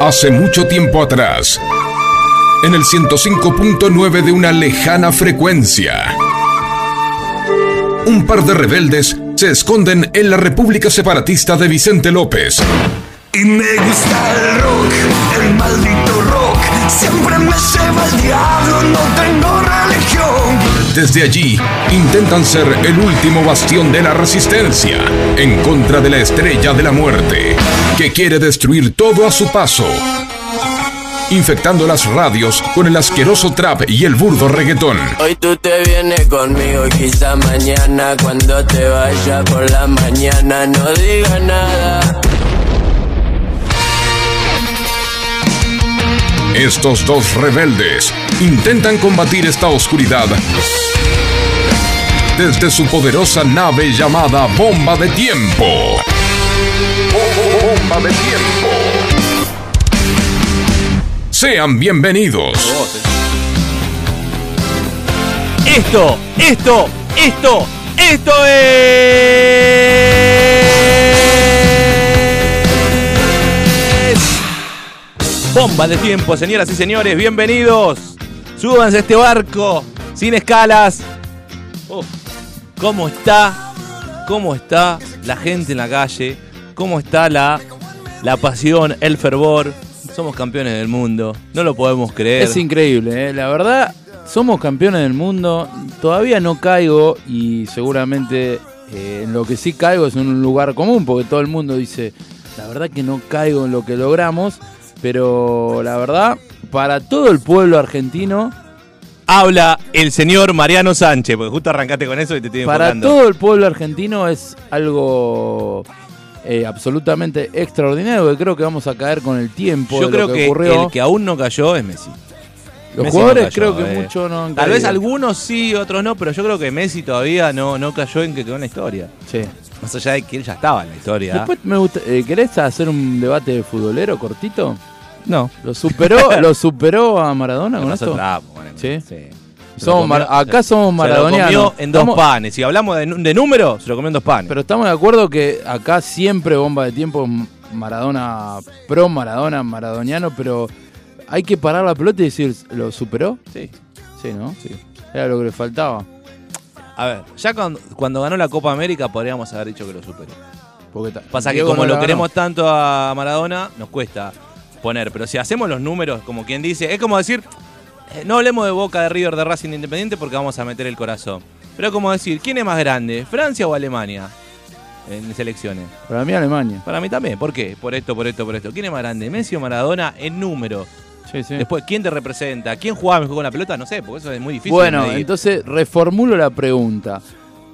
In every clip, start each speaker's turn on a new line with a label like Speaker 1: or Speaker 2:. Speaker 1: Hace mucho tiempo atrás, en el 105.9 de una lejana frecuencia, un par de rebeldes se esconden en la República Separatista de Vicente López.
Speaker 2: Y me gusta el rock, el maldito rock. Siempre me lleva el diablo, no tengo religión.
Speaker 1: Desde allí, intentan ser el último bastión de la resistencia en contra de la estrella de la muerte, que quiere destruir todo a su paso, infectando las radios con el asqueroso trap y el burdo reggaetón.
Speaker 3: Hoy tú te vienes conmigo y quizá mañana cuando te vaya por la mañana no diga nada.
Speaker 1: Estos dos rebeldes intentan combatir esta oscuridad desde su poderosa nave llamada Bomba de Tiempo. Bomba de Tiempo. Sean bienvenidos.
Speaker 4: Esto, esto, esto, esto es. Bomba de tiempo, señoras y señores, bienvenidos. Súbanse a este barco, sin escalas. Oh, ¿Cómo está? ¿Cómo está la gente en la calle? ¿Cómo está la, la pasión, el fervor? Somos campeones del mundo, no lo podemos creer.
Speaker 5: Es increíble, ¿eh? la verdad, somos campeones del mundo. Todavía no caigo y seguramente eh, en lo que sí caigo es en un lugar común, porque todo el mundo dice, la verdad que no caigo en lo que logramos, pero la verdad, para todo el pueblo argentino,
Speaker 4: Habla el señor Mariano Sánchez, porque justo arrancaste con eso y te estoy
Speaker 5: para
Speaker 4: enfocando.
Speaker 5: todo el pueblo argentino es algo... eh, absolutamente extraordinario, que creo que vamos a caer con el tiempo.
Speaker 4: Yo
Speaker 5: de lo
Speaker 4: creo
Speaker 5: que,
Speaker 4: que
Speaker 5: ocurrió.
Speaker 4: el que aún no cayó es Messi.
Speaker 5: Los
Speaker 4: Messi
Speaker 5: jugadores
Speaker 4: no cayó,
Speaker 5: creo que
Speaker 4: eh.
Speaker 5: muchos no han
Speaker 4: Tal vez
Speaker 5: caído.
Speaker 4: algunos sí, otros no, pero yo creo que Messi todavía no, no cayó en que quedó en la historia.
Speaker 5: Sí.
Speaker 4: Más allá de que él ya estaba en la historia.
Speaker 5: Después me gusta, eh, ¿querés hacer un debate futbolero cortito?
Speaker 4: no.
Speaker 5: ¿Lo superó, lo superó a Maradona con esto? Sí.
Speaker 4: Se lo
Speaker 5: Somos mar-
Speaker 4: comió-
Speaker 5: acá somos
Speaker 4: Se lo
Speaker 5: maradonianos.
Speaker 4: comió en dos
Speaker 5: Estamos-
Speaker 4: panes. Si hablamos de, nu- de números, se lo comió en dos panes.
Speaker 5: Pero estamos de acuerdo que acá siempre bomba de tiempo M- Maradona pro Maradona, maradoniano, pero hay que parar la pelota y decir, ¿lo superó?
Speaker 4: sí.
Speaker 5: Sí, ¿no?
Speaker 4: Sí.
Speaker 5: Era lo que le faltaba.
Speaker 4: A ver, ya cuando, cuando ganó la Copa América podríamos haber dicho que lo superó.
Speaker 5: Porque ta-
Speaker 4: Pasa que
Speaker 5: Diego
Speaker 4: como
Speaker 5: no
Speaker 4: lo
Speaker 5: la ganó.
Speaker 4: queremos tanto a Maradona, nos cuesta poner. Pero si hacemos los números, como quien dice, es como decir, eh, no hablemos de Boca, de River, de Racing, de Independiente, porque vamos a meter el corazón. Pero es como decir, ¿quién es más grande, Francia o Alemania? En selecciones.
Speaker 5: Para mí Alemania.
Speaker 4: Para mí también. ¿Por qué? Por esto, por esto, por esto. ¿Quién es más grande, Messi o Maradona? En número.
Speaker 5: Sí, sí.
Speaker 4: Después, ¿quién te representa? ¿Quién jugaba mejor con la pelota? No sé, porque eso es muy difícil.
Speaker 5: Bueno,
Speaker 4: de medir.
Speaker 5: entonces reformulo la pregunta.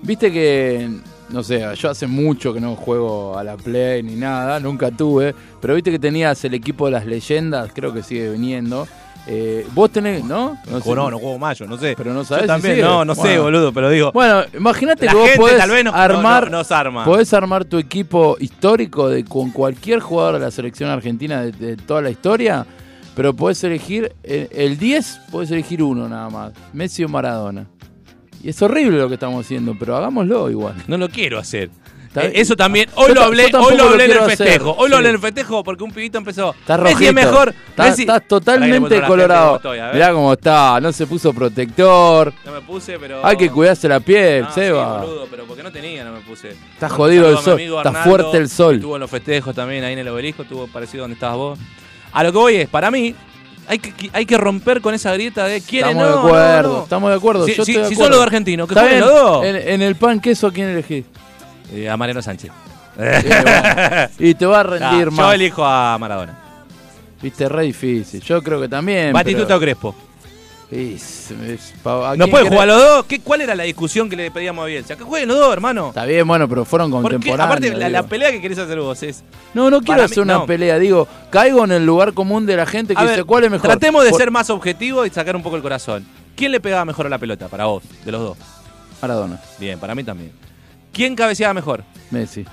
Speaker 5: Viste que, no sé, yo hace mucho que no juego a la Play ni nada, nunca tuve, pero viste que tenías el equipo de las leyendas, creo que sigue viniendo. Eh, vos tenés, ¿no? No sé.
Speaker 4: O no, no juego más, yo no sé.
Speaker 5: Pero no
Speaker 4: Yo
Speaker 5: sabés si
Speaker 4: también,
Speaker 5: sigue.
Speaker 4: no, no sé,
Speaker 5: Bueno.
Speaker 4: boludo, pero digo.
Speaker 5: Bueno, imagínate
Speaker 4: La
Speaker 5: que vos
Speaker 4: gente
Speaker 5: podés
Speaker 4: tal vez nos- no-
Speaker 5: armar,
Speaker 4: no- nos arma.
Speaker 5: podés armar tu equipo histórico de, con cualquier jugador de la selección argentina de, de toda la historia, pero podés elegir eh, el 10, podés elegir uno nada más, Messi o Maradona. Y es horrible lo que estamos haciendo, pero hagámoslo igual.
Speaker 4: No lo quiero hacer.
Speaker 5: Está-
Speaker 4: Eh, Eso también, hoy
Speaker 5: Yo
Speaker 4: lo
Speaker 5: ta-
Speaker 4: hablé,
Speaker 5: yo tampoco
Speaker 4: hoy lo
Speaker 5: lo
Speaker 4: hablé en el
Speaker 5: quiero hacer,
Speaker 4: festejo, hoy lo
Speaker 5: sí.
Speaker 4: hablé en el festejo porque un pibito empezó.
Speaker 5: Está
Speaker 4: Messi
Speaker 5: rojito.
Speaker 4: es mejor.
Speaker 5: Está,
Speaker 4: Messi-
Speaker 5: está
Speaker 4: Pará que le
Speaker 5: totalmente
Speaker 4: muestro a la gente
Speaker 5: colorado.
Speaker 4: cómo estoy, a ver.
Speaker 5: Mirá cómo está, no se puso protector.
Speaker 4: No me puse, pero.
Speaker 5: Hay que cuidarse la piel,
Speaker 4: Ah, sí,
Speaker 5: Seba.
Speaker 4: boludo, pero porque no tenía, no me puse.
Speaker 5: Está jodido el
Speaker 4: Saludo a mi
Speaker 5: sol,
Speaker 4: amigo
Speaker 5: está fuerte el sol.
Speaker 4: que Estuvo en los festejos también ahí en el obelisco, estuvo parecido donde estabas vos. A lo que voy es, para mí, hay que, hay que romper con esa grieta de quién
Speaker 5: estamos de acuerdo, estamos de acuerdo.
Speaker 4: Si,
Speaker 5: yo
Speaker 4: si-
Speaker 5: estoy de
Speaker 4: si
Speaker 5: acuerdo.
Speaker 4: son los argentinos, que
Speaker 5: Está
Speaker 4: jueguen
Speaker 5: bien,
Speaker 4: los dos.
Speaker 5: En, en el pan queso, ¿a quién elegís?
Speaker 4: Eh, a Mariano Sánchez.
Speaker 5: Eh, bueno, y te va a
Speaker 4: Ah,
Speaker 5: rendir
Speaker 4: yo
Speaker 5: más.
Speaker 4: elijo a Maradona.
Speaker 5: Viste, re difícil. Yo creo que también.
Speaker 4: Batistuta
Speaker 5: pero-
Speaker 4: o Crespo.
Speaker 5: Is, is, pa- ¿a
Speaker 4: ¿No
Speaker 5: quién
Speaker 4: pueden
Speaker 5: querés?
Speaker 4: jugar los dos? ¿Qué, ¿Cuál era la discusión que le pedíamos a Bielsa? Que jueguen los dos, hermano.
Speaker 5: Está bien, bueno, pero fueron
Speaker 4: Porque,
Speaker 5: contemporáneos.
Speaker 4: aparte, la, la
Speaker 5: digo.
Speaker 4: pelea que querés hacer vos es.
Speaker 5: no, no quiero
Speaker 4: para
Speaker 5: hacer
Speaker 4: mí,
Speaker 5: una
Speaker 4: no.
Speaker 5: pelea. Digo, caigo en el lugar común de la gente que
Speaker 4: A
Speaker 5: dice,
Speaker 4: ver,
Speaker 5: ¿cuál es mejor?
Speaker 4: Tratemos de
Speaker 5: Por-
Speaker 4: ser más objetivos y sacar un poco el corazón. ¿Quién le pegaba mejor a la pelota para vos, de los dos?
Speaker 5: Maradona,
Speaker 4: Bien, para mí también. ¿Quién cabeceaba mejor?
Speaker 5: Messi.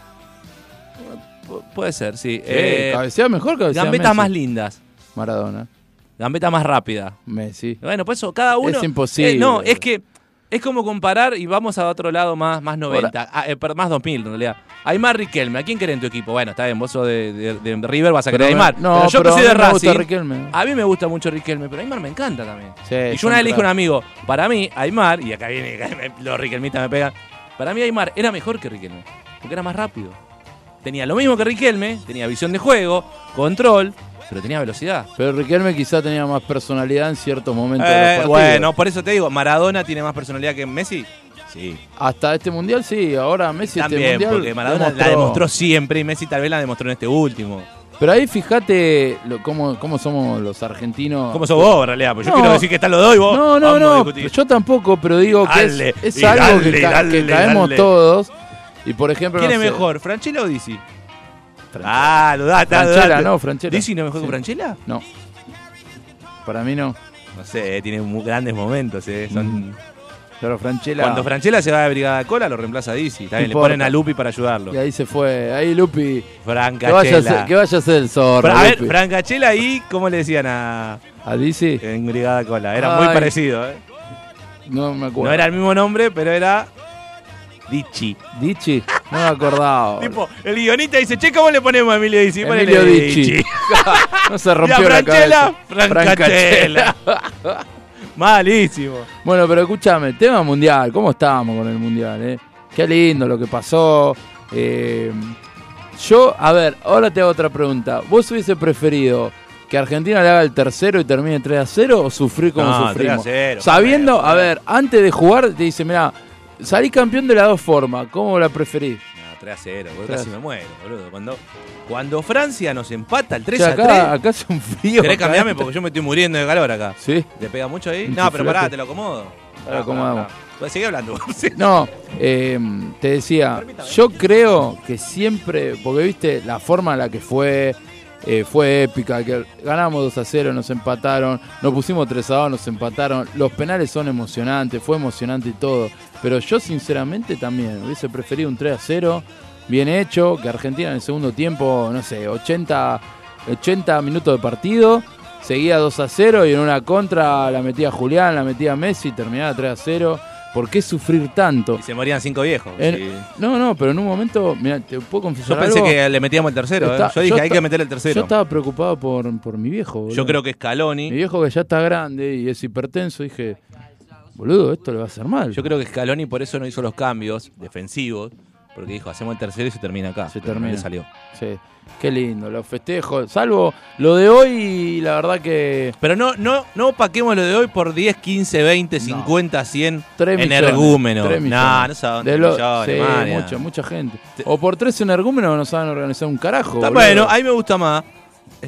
Speaker 4: Pu- puede ser, sí.
Speaker 5: Eh,
Speaker 4: Eh,
Speaker 5: cabecea mejor, cabecea
Speaker 4: gambetas
Speaker 5: Messi.
Speaker 4: más lindas,
Speaker 5: Maradona,
Speaker 4: gambetas más rápidas.
Speaker 5: Messi.
Speaker 4: Bueno, por eso cada uno.
Speaker 5: Es imposible.
Speaker 4: Eh, no, es que es como comparar y vamos a otro lado más, más 90, ah, eh, per- más 2000 en realidad. Aymar Riquelme, ¿a quién querés en tu equipo? Bueno, está bien, vos sos de, de- de River, vas a querer a
Speaker 5: Pero me-
Speaker 4: Aymar.
Speaker 5: no,
Speaker 4: pero yo
Speaker 5: pero
Speaker 4: que soy de
Speaker 5: a mí me gusta
Speaker 4: Racing.
Speaker 5: Riquelme.
Speaker 4: A mí me gusta mucho Riquelme, pero Aymar me encanta también.
Speaker 5: Sí,
Speaker 4: y
Speaker 5: es
Speaker 4: yo una
Speaker 5: un
Speaker 4: vez le dije a un
Speaker 5: crack.
Speaker 4: amigo, para mí, Aymar, y acá viene, los Riquelmistas me pegan. Para mí, Aymar era mejor que Riquelme, porque era más rápido. Tenía lo mismo que Riquelme, tenía visión de juego, control, pero tenía velocidad.
Speaker 5: Pero Riquelme quizá tenía más personalidad en ciertos momentos. de
Speaker 4: Eh,
Speaker 5: los partidos.
Speaker 4: bueno, por eso te digo, ¿Maradona tiene más personalidad que Messi? Sí.
Speaker 5: Hasta este mundial sí, ahora Messi este
Speaker 4: También,
Speaker 5: mundial
Speaker 4: porque Maradona la demostró siempre y Messi tal vez la demostró en este último.
Speaker 5: Pero ahí fíjate lo- cómo, cómo somos los argentinos.
Speaker 4: ¿Cómo sos vos, en realidad? Porque yo
Speaker 5: No.
Speaker 4: quiero decir que están los dos y vos.
Speaker 5: No, no,
Speaker 4: vamos a
Speaker 5: no.
Speaker 4: discutir.
Speaker 5: Yo tampoco, pero digo que es-
Speaker 4: Dale,
Speaker 5: es,
Speaker 4: y
Speaker 5: algo
Speaker 4: dale,
Speaker 5: que, ca-
Speaker 4: dale,
Speaker 5: que caemos
Speaker 4: dale.
Speaker 5: todos. Y por ejemplo.
Speaker 4: ¿Quién
Speaker 5: no
Speaker 4: es
Speaker 5: sé,
Speaker 4: mejor, Franchella o Dizzy?
Speaker 5: Franchella.
Speaker 4: Ah, dudate,
Speaker 5: Franchella, no, Franchella.
Speaker 4: ¿Dizzy no es mejor
Speaker 5: Sí.
Speaker 4: que Franchella?
Speaker 5: No. Para mí no.
Speaker 4: No sé, tiene muy grandes momentos. eh,
Speaker 5: Mm.
Speaker 4: son-
Speaker 5: Pero Franchella.
Speaker 4: Cuando Franchella se va de Brigada Cola, lo reemplaza Dizzy. Está
Speaker 5: No
Speaker 4: bien, le
Speaker 5: importa.
Speaker 4: ponen a Lupi para ayudarlo.
Speaker 5: Y ahí se fue. Ahí Lupi. Que vaya, a ser, que
Speaker 4: Francachela.
Speaker 5: vaya a ser el zorro.
Speaker 4: A ver,
Speaker 5: Lupi.
Speaker 4: Francachela y, ¿cómo le decían a,
Speaker 5: ¿A Dizzy?
Speaker 4: en Brigada Cola? Era muy
Speaker 5: Ay.
Speaker 4: parecido. eh.
Speaker 5: No me acuerdo.
Speaker 4: No era el mismo nombre, pero era Dichi.
Speaker 5: Dichi. No me acordaba.
Speaker 4: Tipo, el guionista dice, che, ¿cómo le ponemos a Emilio Dichi? Ponele
Speaker 5: Emilio Dichi. no se
Speaker 4: Y a
Speaker 5: rompió la
Speaker 4: Franchella,
Speaker 5: cabeza.
Speaker 4: Francachela. Malísimo.
Speaker 5: Bueno, pero escúchame, tema mundial, ¿cómo estábamos con el mundial? Eh? Qué lindo lo que pasó. eh, yo, a ver, ahora te hago otra pregunta. ¿Vos hubiese preferido que Argentina le haga el tercero y termine 3 a 0 o sufrir como
Speaker 4: No, 3 a
Speaker 5: sufrimos?
Speaker 4: 0,
Speaker 5: Sabiendo,
Speaker 4: joder,
Speaker 5: a
Speaker 4: joder.
Speaker 5: ver, antes de jugar te dice, mira, salí campeón de las dos formas, ¿cómo la preferís?
Speaker 4: No, 3 a 0, boludo,
Speaker 5: Tres.
Speaker 4: casi me muero, boludo. Cuando, cuando Francia nos empata el
Speaker 5: O
Speaker 4: 3
Speaker 5: sea,
Speaker 4: a 3,
Speaker 5: acá, acá hace un frío.
Speaker 4: ¿querés
Speaker 5: acá
Speaker 4: cambiarme?
Speaker 5: adentro.
Speaker 4: Porque yo me estoy muriendo de calor acá.
Speaker 5: Sí.
Speaker 4: ¿Te pega mucho ahí?
Speaker 5: Un
Speaker 4: No, pero pará,
Speaker 5: chiflete.
Speaker 4: te lo acomodo.
Speaker 5: Te lo acomodamos.
Speaker 4: Seguí Pues hablando. vos, sí.
Speaker 5: No, eh, te decía, yo creo que siempre, porque viste la forma en la que fue, eh, fue épica, que ganamos 2 a 0, nos empataron, nos pusimos 3 a 2, nos empataron, los penales son emocionantes, fue emocionante y todo, pero yo sinceramente también hubiese preferido un 3 a 0, bien hecho, que Argentina en el segundo tiempo, no sé, 80, 80 minutos de partido. Seguía 2 a 0 y en una contra la metía Julián, la metía Messi, terminaba 3 a 0. ¿Por qué sufrir tanto?
Speaker 4: Y se morían cinco viejos.
Speaker 5: En-
Speaker 4: sí.
Speaker 5: No, no, pero en un momento, mira, te puedo confesar.
Speaker 4: Yo pensé
Speaker 5: algo?
Speaker 4: que le metíamos el tercero. eh.
Speaker 5: Está-
Speaker 4: Yo dije, hay
Speaker 5: esta-
Speaker 4: que meter el
Speaker 5: Yo
Speaker 4: tercero. Yo,
Speaker 5: estaba preocupado por, por mi viejo. boludo.
Speaker 4: creo que
Speaker 5: Mi
Speaker 4: Scaloni.
Speaker 5: viejo que ya está grande y es hipertenso, dije, boludo, esto le va a hacer mal.
Speaker 4: Yo creo que Scaloni por eso no hizo los cambios defensivos. Porque dijo, hacemos el tercero y se termina acá.
Speaker 5: Se
Speaker 4: Pero no
Speaker 5: termina.
Speaker 4: le salió.
Speaker 5: Sí, qué lindo, los festejos. Salvo lo de hoy, la verdad que.
Speaker 4: Pero no, no, no opaquemos lo de hoy por 10, 15, 20, 50, 100
Speaker 5: Tres
Speaker 4: en
Speaker 5: millones,
Speaker 4: ergúmenos.
Speaker 5: tres
Speaker 4: No,
Speaker 5: millones.
Speaker 4: no saben.
Speaker 5: De
Speaker 4: tres
Speaker 5: lo-
Speaker 4: millones,
Speaker 5: sí,
Speaker 4: Alemania.
Speaker 5: mucha, mucha gente. O por tres energúmenos no saben organizar un carajo.
Speaker 4: Está
Speaker 5: boludo.
Speaker 4: bueno, ahí me gusta más.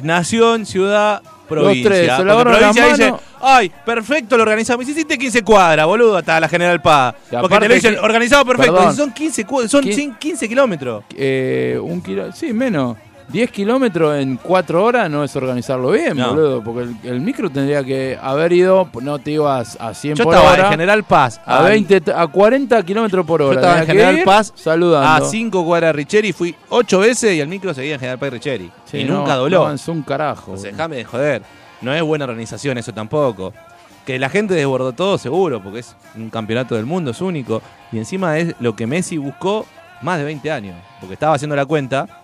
Speaker 4: Nación, ciudad, provincia.
Speaker 5: tres, se la
Speaker 4: Porque
Speaker 5: agarran la
Speaker 4: provincia dice,
Speaker 5: mano.
Speaker 4: ay, perfecto, lo organizamos. Hiciste 15 cuadras, boludo, hasta la General Paz. Porque
Speaker 5: Y
Speaker 4: te
Speaker 5: aparte
Speaker 4: lo dicen,
Speaker 5: que-
Speaker 4: organizado perfecto.
Speaker 5: Perdón.
Speaker 4: Y son 15, cu- son
Speaker 5: Qui-
Speaker 4: 100 15 kilómetros.
Speaker 5: Eh, un kilo, sí, menos. 10 kilómetros en 4 horas no es organizarlo bien,
Speaker 4: No.
Speaker 5: boludo. Porque el, el micro tendría que haber ido, no te ibas a 100
Speaker 4: Yo
Speaker 5: por
Speaker 4: estaba
Speaker 5: hora.
Speaker 4: en General Paz.
Speaker 5: a,
Speaker 4: al-
Speaker 5: 20, t- a 40 kilómetros por hora.
Speaker 4: Yo estaba en
Speaker 5: Tenía que
Speaker 4: General
Speaker 5: ir
Speaker 4: Paz ah,
Speaker 5: saludando.
Speaker 4: A 5 cuadras de Richeri, fui 8 veces y el micro seguía en General Paz y Richeri.
Speaker 5: Sí,
Speaker 4: y
Speaker 5: no,
Speaker 4: nunca
Speaker 5: no
Speaker 4: doló.
Speaker 5: avanzó un carajo.
Speaker 4: O sea,
Speaker 5: boludo.
Speaker 4: dejame de joder. No es buena organización eso tampoco. Que la gente desbordó todo seguro, porque es un campeonato del mundo, es único. Y encima es lo que Messi buscó más de 20 años. Porque estaba haciendo la cuenta,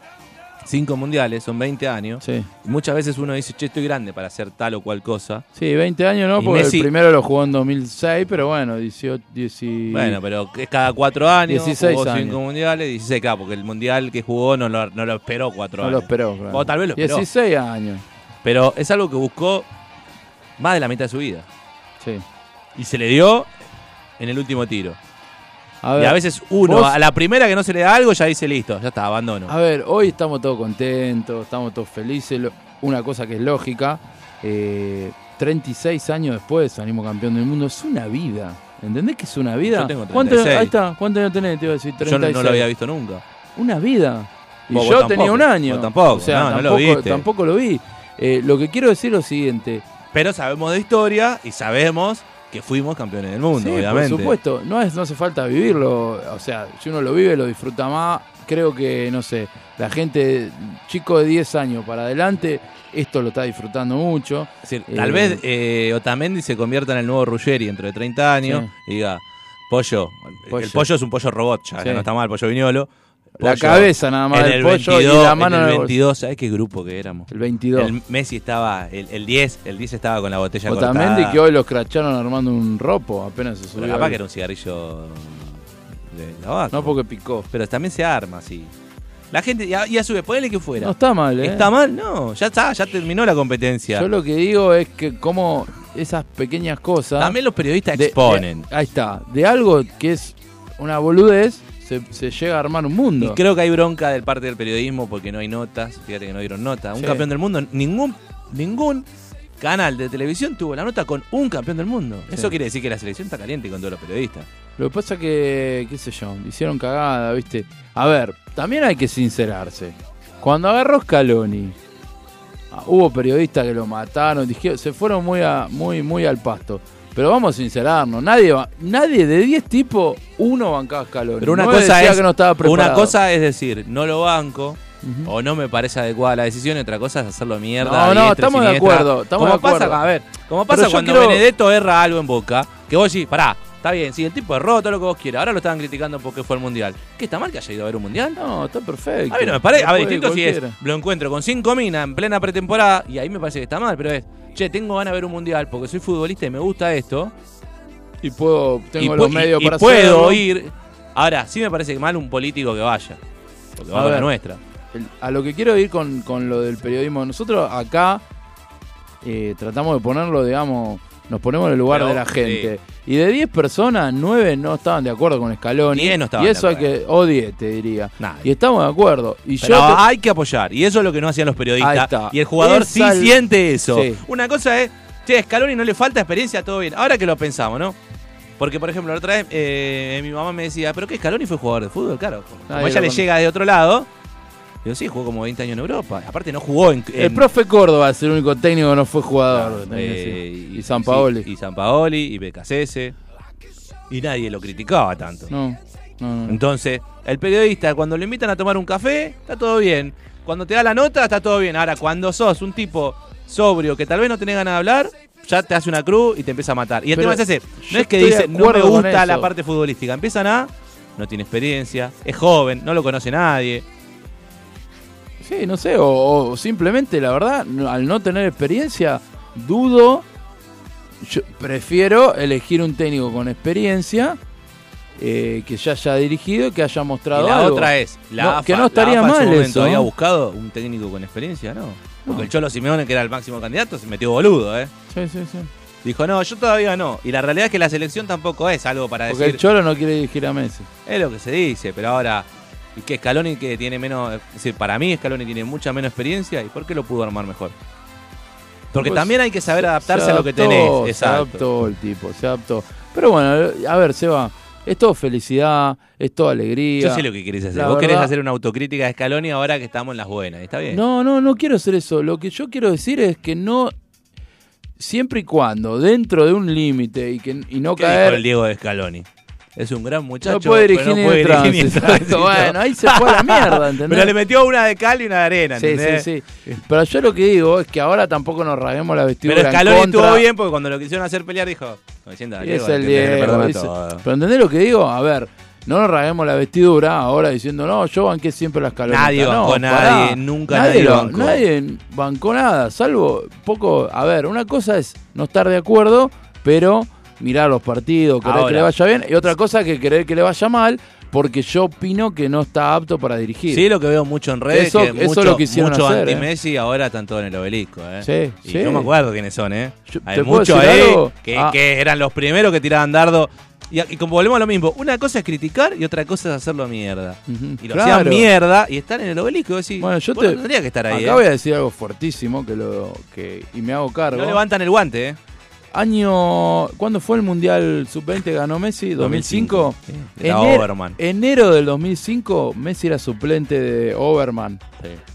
Speaker 4: cinco mundiales, son 20 años.
Speaker 5: Sí.
Speaker 4: Y muchas veces uno dice, che, estoy grande para hacer tal o cual cosa.
Speaker 5: Sí, 20 años no,
Speaker 4: Y
Speaker 5: porque
Speaker 4: Messi-
Speaker 5: el primero lo jugó en 2006, pero bueno, 18, 18
Speaker 4: Bueno, pero es cada cuatro años,
Speaker 5: 16
Speaker 4: jugó
Speaker 5: años.
Speaker 4: cinco mundiales, 16 claro, porque el mundial que jugó no lo, no lo esperó cuatro
Speaker 5: no
Speaker 4: años.
Speaker 5: lo esperó. claro.
Speaker 4: O tal vez lo esperó.
Speaker 5: 16 años,
Speaker 4: Pero es algo que buscó más de la mitad de su vida.
Speaker 5: sí.
Speaker 4: Y se le dio en el último tiro.
Speaker 5: A
Speaker 4: y a veces uno,
Speaker 5: vos-
Speaker 4: a la primera que no se le da algo, ya dice listo, ya está, abandono.
Speaker 5: A ver, hoy estamos todos contentos, estamos todos felices. lo- Una cosa que es lógica, eh, 36 años después salimos campeón del mundo. Es una vida. ¿Entendés que es una vida?
Speaker 4: Yo tengo
Speaker 5: ¿Cuánto-
Speaker 4: 36.
Speaker 5: ahí está, ¿cuántos años tenés? Te iba a decir
Speaker 4: Yo
Speaker 5: 36.
Speaker 4: no, no lo había visto nunca.
Speaker 5: Una vida. Y
Speaker 4: Vos-
Speaker 5: yo
Speaker 4: vos tampoco,
Speaker 5: tenía un año.
Speaker 4: vos tampoco,
Speaker 5: O sea,
Speaker 4: no, no lo
Speaker 5: tampoco,
Speaker 4: viste.
Speaker 5: tampoco lo vi. Eh, lo que quiero decir es lo siguiente.
Speaker 4: Pero sabemos de historia y sabemos que fuimos campeones del mundo,
Speaker 5: Sí,
Speaker 4: obviamente.
Speaker 5: Por supuesto, no, es, no hace falta vivirlo. O sea, si uno lo vive, lo disfruta más. Creo que, no sé, la gente, chico de 10 años para adelante, esto lo está disfrutando mucho.
Speaker 4: Es decir,
Speaker 5: Eh,
Speaker 4: tal vez eh, Otamendi se convierta en el nuevo Ruggeri dentro de 30 años y diga, pollo, el
Speaker 5: Pollo.
Speaker 4: pollo es un pollo robot, ya
Speaker 5: Sí.
Speaker 4: no está mal, pollo viñolo.
Speaker 5: La
Speaker 4: Pollo
Speaker 5: cabeza nada más
Speaker 4: en
Speaker 5: del
Speaker 4: el
Speaker 5: pollo
Speaker 4: 22,
Speaker 5: y la mano
Speaker 4: en
Speaker 5: en
Speaker 4: el
Speaker 5: la bolsa.
Speaker 4: 22, ¿sabes qué grupo que éramos?
Speaker 5: El 22.
Speaker 4: El Messi estaba, el, el 10, el 10 estaba con la botella
Speaker 5: Otamendi
Speaker 4: cortada.
Speaker 5: que hoy los cracharon armando un ropo, apenas se subió.
Speaker 4: Pero capaz
Speaker 5: al-
Speaker 4: que era un cigarrillo de tabaco.
Speaker 5: No porque picó.
Speaker 4: Pero también se arma, sí. La gente, y a, y a su vez, ponele que fuera.
Speaker 5: No está mal, ¿eh?
Speaker 4: ¿Está mal? No, ya está, ya terminó la competencia.
Speaker 5: Yo lo que digo es que como esas pequeñas cosas...
Speaker 4: También los periodistas
Speaker 5: de-
Speaker 4: exponen.
Speaker 5: de- ahí está. De algo que es una boludez, se, se llega a armar un mundo.
Speaker 4: Y creo que hay bronca del parte del periodismo porque no hay notas. Fíjate que no dieron nota. Un
Speaker 5: Sí.
Speaker 4: campeón del mundo, ningún, ningún canal de televisión tuvo la nota con un campeón del mundo. Eso quiere decir que la selección está caliente con todos los periodistas.
Speaker 5: Lo que pasa que, qué sé yo, hicieron cagada, ¿viste? A ver, también hay que sincerarse. Cuando agarró Scaloni, ah, hubo periodistas que lo mataron, dijeron- se fueron muy, a- muy, muy al pasto. Pero vamos a sincerarnos, nadie, va- nadie de 10 tipos, uno bancaba a Scaloni.
Speaker 4: Pero una
Speaker 5: Nueve
Speaker 4: cosa
Speaker 5: decía
Speaker 4: es
Speaker 5: que no estaba preparado.
Speaker 4: una cosa es decir, no lo banco o no me parece adecuada la decisión, y otra cosa es hacerlo mierda.
Speaker 5: No,
Speaker 4: a
Speaker 5: no,
Speaker 4: diestra y
Speaker 5: estamos de
Speaker 4: siniestra.
Speaker 5: acuerdo, estamos
Speaker 4: Como
Speaker 5: de acuerdo.
Speaker 4: Pasa, a ver, como
Speaker 5: Pero
Speaker 4: pasa
Speaker 5: yo
Speaker 4: cuando
Speaker 5: quiero-
Speaker 4: Benedetto erra algo en Boca, que vos decís, pará, está bien, sí, el tipo erró todo lo que vos quieras. Ahora lo estaban criticando porque fue al Mundial. ¿Qué está mal que haya ido a ver un Mundial?
Speaker 5: No, está perfecto.
Speaker 4: A mí no me parece. A ver,
Speaker 5: Después
Speaker 4: distinto si es.
Speaker 5: cualquiera.
Speaker 4: Lo encuentro con cinco minas en plena pretemporada y ahí me parece que está mal, pero es. Che, tengo ganas de ver un mundial porque soy futbolista y me gusta esto.
Speaker 5: Y puedo, tengo
Speaker 4: y
Speaker 5: los
Speaker 4: pu-
Speaker 5: medios
Speaker 4: y- y
Speaker 5: para
Speaker 4: puedo
Speaker 5: hacerlo.
Speaker 4: ir. Ahora, sí me parece mal un político que vaya. Porque va
Speaker 5: A
Speaker 4: con la
Speaker 5: ver.
Speaker 4: nuestra.
Speaker 5: El- a lo que quiero ir con, con lo del periodismo, nosotros acá eh, tratamos de ponerlo, digamos, nos ponemos en el lugar
Speaker 4: Pero,
Speaker 5: de la gente. Y de 10 personas, 9 no estaban de acuerdo con Scaloni.
Speaker 4: 10 no estaban
Speaker 5: y eso
Speaker 4: de
Speaker 5: hay que, o 10 te diría.
Speaker 4: Nadie.
Speaker 5: Y estamos de acuerdo. Y
Speaker 4: Pero ah,
Speaker 5: yo te-
Speaker 4: hay que apoyar. Y eso es lo que no hacían los
Speaker 5: Ahí
Speaker 4: periodistas.
Speaker 5: está.
Speaker 4: Y el jugador
Speaker 5: Es
Speaker 4: sí
Speaker 5: al-
Speaker 4: siente eso.
Speaker 5: Sí.
Speaker 4: Una cosa es, che, Scaloni no le falta experiencia, todo bien. Ahora que lo pensamos, ¿no? Porque, por ejemplo, la otra vez eh, mi mamá me decía, pero que Scaloni fue jugador de fútbol, claro. Como
Speaker 5: Nadie
Speaker 4: ella
Speaker 5: lo
Speaker 4: le
Speaker 5: conoce.
Speaker 4: llega de otro lado. Digo, sí, jugó como 20 años en Europa. Aparte no jugó en...
Speaker 5: el
Speaker 4: en-
Speaker 5: profe Córdoba es el único técnico que no fue jugador.
Speaker 4: eh,
Speaker 5: tenés que decir. y San
Speaker 4: sí,
Speaker 5: Paoli.
Speaker 4: y San Paoli, y Becasese. Y nadie lo criticaba tanto.
Speaker 5: No, no, no.
Speaker 4: Entonces, el periodista, cuando lo invitan a tomar un café, está todo bien. Cuando te da la nota, está todo bien. Ahora, cuando sos un tipo sobrio que tal vez no tenés ganas de hablar, ya te hace una cruz y te empieza a matar. Y el
Speaker 5: Pero
Speaker 4: tema es ese.
Speaker 5: yo
Speaker 4: No es que
Speaker 5: estoy de
Speaker 4: dicen, no me
Speaker 5: acuerdo con
Speaker 4: gusta la
Speaker 5: eso".
Speaker 4: parte futbolística. Empiezan a, no tiene experiencia, es joven, no lo conoce nadie.
Speaker 5: Sí, no sé, o, o simplemente, la verdad, no- al no tener experiencia, dudo. Yo prefiero elegir un técnico con experiencia eh, que ya haya dirigido y que haya mostrado
Speaker 4: Y la
Speaker 5: algo.
Speaker 4: otra es, la
Speaker 5: No,
Speaker 4: AFA,
Speaker 5: que no
Speaker 4: la
Speaker 5: estaría
Speaker 4: AFA en su
Speaker 5: mal
Speaker 4: momento
Speaker 5: eso.
Speaker 4: había buscado un técnico con experiencia, ¿no? Porque el Cholo Simeone, que era el máximo candidato, se metió boludo, ¿eh?
Speaker 5: Sí, sí, sí.
Speaker 4: Dijo, no, yo todavía no. Y la realidad es que la selección tampoco es algo para
Speaker 5: Porque
Speaker 4: decir.
Speaker 5: el Cholo no quiere dirigir a Messi.
Speaker 4: Es lo que se dice, pero ahora. Y que Scaloni que tiene menos. Es decir, para mí Scaloni tiene mucha menos experiencia. ¿Y por qué lo pudo armar mejor? Porque
Speaker 5: Pues,
Speaker 4: también hay que saber adaptarse
Speaker 5: Se
Speaker 4: a lo que
Speaker 5: adaptó,
Speaker 4: tenés.
Speaker 5: Se
Speaker 4: Exacto.
Speaker 5: adaptó el tipo, se adaptó. Pero bueno, a ver, Seba, es todo felicidad, es todo alegría.
Speaker 4: Yo sé lo que querés hacer.
Speaker 5: La
Speaker 4: Vos querés
Speaker 5: verdad-
Speaker 4: hacer una autocrítica de Scaloni ahora que estamos en las buenas. ¿Está bien?
Speaker 5: No, no, no quiero hacer eso. Lo que yo quiero decir es que no. Siempre y cuando, dentro de un límite y, que, y no
Speaker 4: ¿Qué dijo el
Speaker 5: caer.
Speaker 4: Diego de Scaloni? Es un gran muchacho.
Speaker 5: No puede dirigir
Speaker 4: pero
Speaker 5: ni
Speaker 4: no
Speaker 5: en
Speaker 4: puede
Speaker 5: el
Speaker 4: dirigir ni en
Speaker 5: tránsito.
Speaker 4: tránsito.
Speaker 5: Bueno, ahí se fue a la mierda, ¿entendés?
Speaker 4: Pero le metió una de cal y una de arena.
Speaker 5: Sí,
Speaker 4: ¿entendés?
Speaker 5: sí, sí. Pero yo lo que digo es que ahora tampoco nos rasguemos la vestidura.
Speaker 4: Pero
Speaker 5: en
Speaker 4: Scaloni estuvo
Speaker 5: contra.
Speaker 4: bien porque cuando lo quisieron hacer pelear dijo. Como diciendo,
Speaker 5: Y
Speaker 4: Diego,
Speaker 5: es el
Speaker 4: te- te
Speaker 5: Diego.
Speaker 4: perdona
Speaker 5: dice-
Speaker 4: todo.
Speaker 5: Pero ¿entendés lo que digo? A ver, no nos rasguemos la vestidura ahora diciendo, no, yo banqué siempre las calorías.
Speaker 4: Nadie
Speaker 5: no,
Speaker 4: bancó a nadie,
Speaker 5: pará.
Speaker 4: nunca nadie
Speaker 5: lo-
Speaker 4: bancó.
Speaker 5: nadie bancó nada, salvo poco. A ver, una cosa es no estar de acuerdo, pero mirar los partidos, querer
Speaker 4: Ahora.
Speaker 5: que le vaya bien, y otra cosa que querer que le vaya mal, porque yo opino que no está apto para dirigir.
Speaker 4: Sí, lo que veo mucho en redes
Speaker 5: Eso-
Speaker 4: que
Speaker 5: eso
Speaker 4: mucho,
Speaker 5: lo quisieron
Speaker 4: mucho
Speaker 5: hacer, eh.
Speaker 4: anti-Messi ahora están todos en el obelisco, ¿eh?
Speaker 5: Sí,
Speaker 4: y
Speaker 5: sí.
Speaker 4: yo me acuerdo quiénes son, ¿eh?
Speaker 5: Yo-
Speaker 4: Hay
Speaker 5: ¿te puedo
Speaker 4: muchos
Speaker 5: decir
Speaker 4: ahí
Speaker 5: algo?
Speaker 4: que,
Speaker 5: Ah.
Speaker 4: que eran los primeros que tiraban dardo. Y, y como volvemos a lo mismo, una cosa es criticar y otra cosa es hacerlo mierda.
Speaker 5: Ujú,
Speaker 4: Y lo
Speaker 5: claro.
Speaker 4: hacían mierda y están en el obelisco. y vos decís,
Speaker 5: Bueno, yo
Speaker 4: vos
Speaker 5: te-
Speaker 4: no tendría que estar ahí,
Speaker 5: Acá
Speaker 4: ¿eh?
Speaker 5: voy a decir algo fuertísimo que lo que y me hago cargo.
Speaker 4: No levantan el guante, ¿eh?
Speaker 5: Año. ¿Cuándo fue el Mundial Sub-20 ganó Messi? ¿2005?
Speaker 4: 2005, sí, era
Speaker 5: Ener-
Speaker 4: Overman.
Speaker 5: Enero del 2005, Messi era suplente de Overman.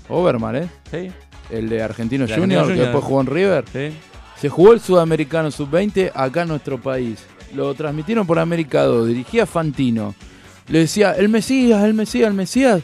Speaker 5: Overman, ¿eh?
Speaker 4: Sí,
Speaker 5: El de Argentino
Speaker 4: El de Argentino
Speaker 5: Junior, que
Speaker 4: Junior.
Speaker 5: después jugó en River.
Speaker 4: sí.
Speaker 5: Se jugó el Sudamericano Sub-20 acá en nuestro país. Lo transmitieron por América 2. Dirigía Fantino. Le decía, el Mesías, el Mesías, el Mesías.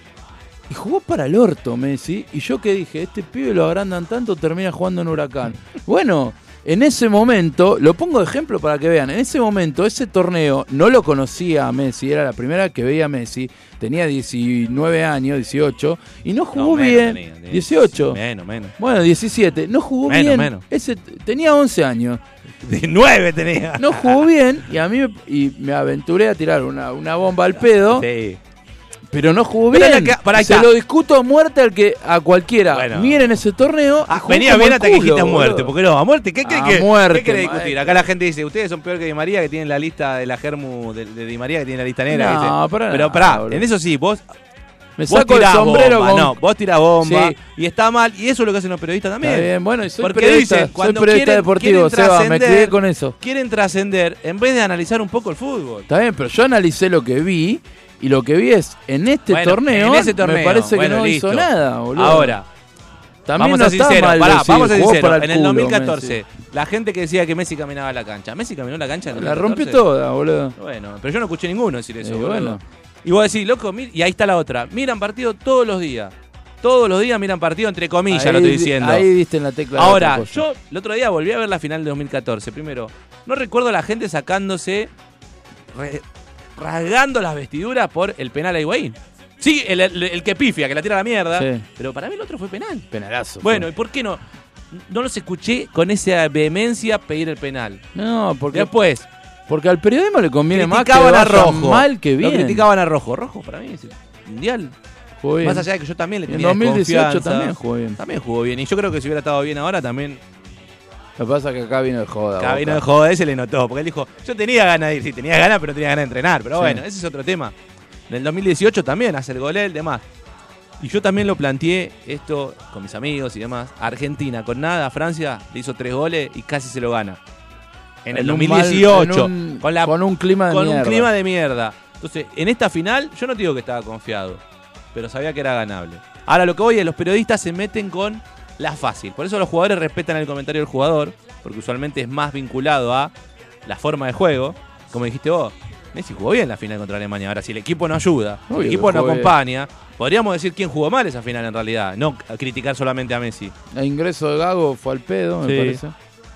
Speaker 5: Y jugó para el orto Messi. Y yo que dije, este pibe lo agrandan tanto, termina jugando en Huracán. Bueno, En ese momento, lo pongo de ejemplo para que vean, en ese momento, ese torneo, no lo conocía a Messi, era la primera que veía a Messi, tenía 19 años, 18, y no jugó
Speaker 4: menos
Speaker 5: bien.
Speaker 4: tenía, tenía
Speaker 5: 18.
Speaker 4: Menos, menos.
Speaker 5: Bueno, 17, no jugó
Speaker 4: Menos,
Speaker 5: bien.
Speaker 4: menos.
Speaker 5: Ese, tenía 11 años,
Speaker 4: 19 tenía.
Speaker 5: no jugó bien, y a mí me- y me aventuré a tirar una, una bomba al pedo.
Speaker 4: Sí.
Speaker 5: Pero no jugó
Speaker 4: Pero
Speaker 5: bien.
Speaker 4: la que- pará, ahí
Speaker 5: se
Speaker 4: está.
Speaker 5: lo discuto a muerte al que a cualquiera.
Speaker 4: Bueno.
Speaker 5: Miren ese torneo. y
Speaker 4: Ah,
Speaker 5: jugó
Speaker 4: venía
Speaker 5: como
Speaker 4: bien
Speaker 5: el
Speaker 4: hasta que
Speaker 5: culo,
Speaker 4: dijiste a muerte,
Speaker 5: boludo.
Speaker 4: porque no, a muerte, ¿qué cree
Speaker 5: A
Speaker 4: que
Speaker 5: muerte,
Speaker 4: ¿qué quiere discutir?
Speaker 5: maestro.
Speaker 4: Acá la gente dice, ustedes son peor que Di María, que tienen la lista de la Germu de, de Di María, que tiene la lista negra. que
Speaker 5: No,
Speaker 4: dice-
Speaker 5: para
Speaker 4: Pero
Speaker 5: nada,
Speaker 4: pará,
Speaker 5: boludo.
Speaker 4: en eso sí, vos,
Speaker 5: Me
Speaker 4: vos
Speaker 5: saco el
Speaker 4: tirás
Speaker 5: sombrero
Speaker 4: bomba,
Speaker 5: con.
Speaker 4: no, vos tirás bomba
Speaker 5: Sí.
Speaker 4: y está mal, y eso es lo que hacen los periodistas también.
Speaker 5: Está bien, bueno, y soy
Speaker 4: Porque
Speaker 5: periodista,
Speaker 4: dicen,
Speaker 5: soy
Speaker 4: cuando
Speaker 5: periodista
Speaker 4: quieren- quieren
Speaker 5: deportivo, Seba, me
Speaker 4: trascender-
Speaker 5: crié con eso.
Speaker 4: Quieren trascender en vez de analizar un poco el fútbol.
Speaker 5: Está bien, pero yo analicé lo que vi y lo que vi es en este
Speaker 4: Bueno,
Speaker 5: torneo,
Speaker 4: en ese torneo,
Speaker 5: me parece
Speaker 4: bueno,
Speaker 5: que no
Speaker 4: listo.
Speaker 5: hizo nada, boludo.
Speaker 4: Ahora,
Speaker 5: También
Speaker 4: vamos
Speaker 5: no
Speaker 4: a
Speaker 5: está
Speaker 4: ser sinceros,
Speaker 5: mal
Speaker 4: pará,
Speaker 5: decir,
Speaker 4: vamos a ser
Speaker 5: jugó
Speaker 4: sinceros.
Speaker 5: para
Speaker 4: En el
Speaker 5: culo,
Speaker 4: 2014,
Speaker 5: Messi.
Speaker 4: la gente que decía que Messi caminaba la cancha, Messi caminó la cancha. en el
Speaker 5: La rompió
Speaker 4: 2014?
Speaker 5: toda, boludo.
Speaker 4: Bueno, pero yo no escuché ninguno decir eso.
Speaker 5: Eh,
Speaker 4: boludo.
Speaker 5: bueno.
Speaker 4: Y vos decís, loco, mir- y ahí está la otra. Miran partido todos los días. Todos los días miran partido, entre comillas,
Speaker 5: ahí,
Speaker 4: lo estoy
Speaker 5: di-
Speaker 4: diciendo.
Speaker 5: Ahí diste en la tecla. de otra
Speaker 4: Ahora,
Speaker 5: cosa.
Speaker 4: yo el otro día volví a ver la final de 2014. Primero, no recuerdo a la gente sacándose, re- rasgando las vestiduras por el penal a Higuaín. Sí, el, el- el que pifia, que la tira a la mierda.
Speaker 5: Sí.
Speaker 4: Pero para mí el otro fue penal.
Speaker 5: Penalazo.
Speaker 4: Bueno, ¿y por qué no? No los escuché con esa vehemencia pedir el penal.
Speaker 5: fue. No, porque,
Speaker 4: Después,
Speaker 5: porque al periodismo le conviene más que
Speaker 4: criticaban a
Speaker 5: vaya
Speaker 4: Rojo.
Speaker 5: mal que bien.
Speaker 4: Lo criticaban a Rojo. Rojo para mí es el mundial.
Speaker 5: Jugó bien.
Speaker 4: Más allá de que yo también le
Speaker 5: En
Speaker 4: tenía
Speaker 5: 2018
Speaker 4: desconfianza.
Speaker 5: también jugó bien.
Speaker 4: También jugó bien. Y yo creo que si hubiera estado bien ahora también.
Speaker 5: Lo que pasa es que acá vino el joda.
Speaker 4: Acá
Speaker 5: Boca.
Speaker 4: vino de joder, se le notó. Porque él dijo, yo tenía ganas de ir. Sí, tenía ganas, pero no tenía ganas de entrenar. Pero
Speaker 5: Sí.
Speaker 4: bueno, ese es otro tema. En el 2018 también hace el gol él, demás. Y yo también lo planteé esto con mis amigos y demás. Argentina, con nada, a Francia le hizo tres goles y casi se lo gana. En, el
Speaker 5: un
Speaker 4: 2018,
Speaker 5: mal- en un-
Speaker 4: con la
Speaker 5: con un clima de
Speaker 4: con
Speaker 5: mierda.
Speaker 4: un clima de mierda. Entonces, en esta final, yo no te digo que estaba confiado, pero sabía que era ganable. Ahora lo que voy es, los periodistas se meten con la fácil. Por eso los jugadores respetan el comentario del jugador, porque usualmente es más vinculado a la forma de juego. Como dijiste vos, Messi jugó bien la final contra Alemania. Ahora, si el equipo no ayuda, si
Speaker 5: Obvio
Speaker 4: el
Speaker 5: que
Speaker 4: equipo no
Speaker 5: jugó bien.
Speaker 4: acompaña, podríamos decir quién jugó mal esa final en realidad, no c- criticar solamente a Messi.
Speaker 5: El ingreso de Gago fue al pedo,
Speaker 4: Sí.
Speaker 5: me parece.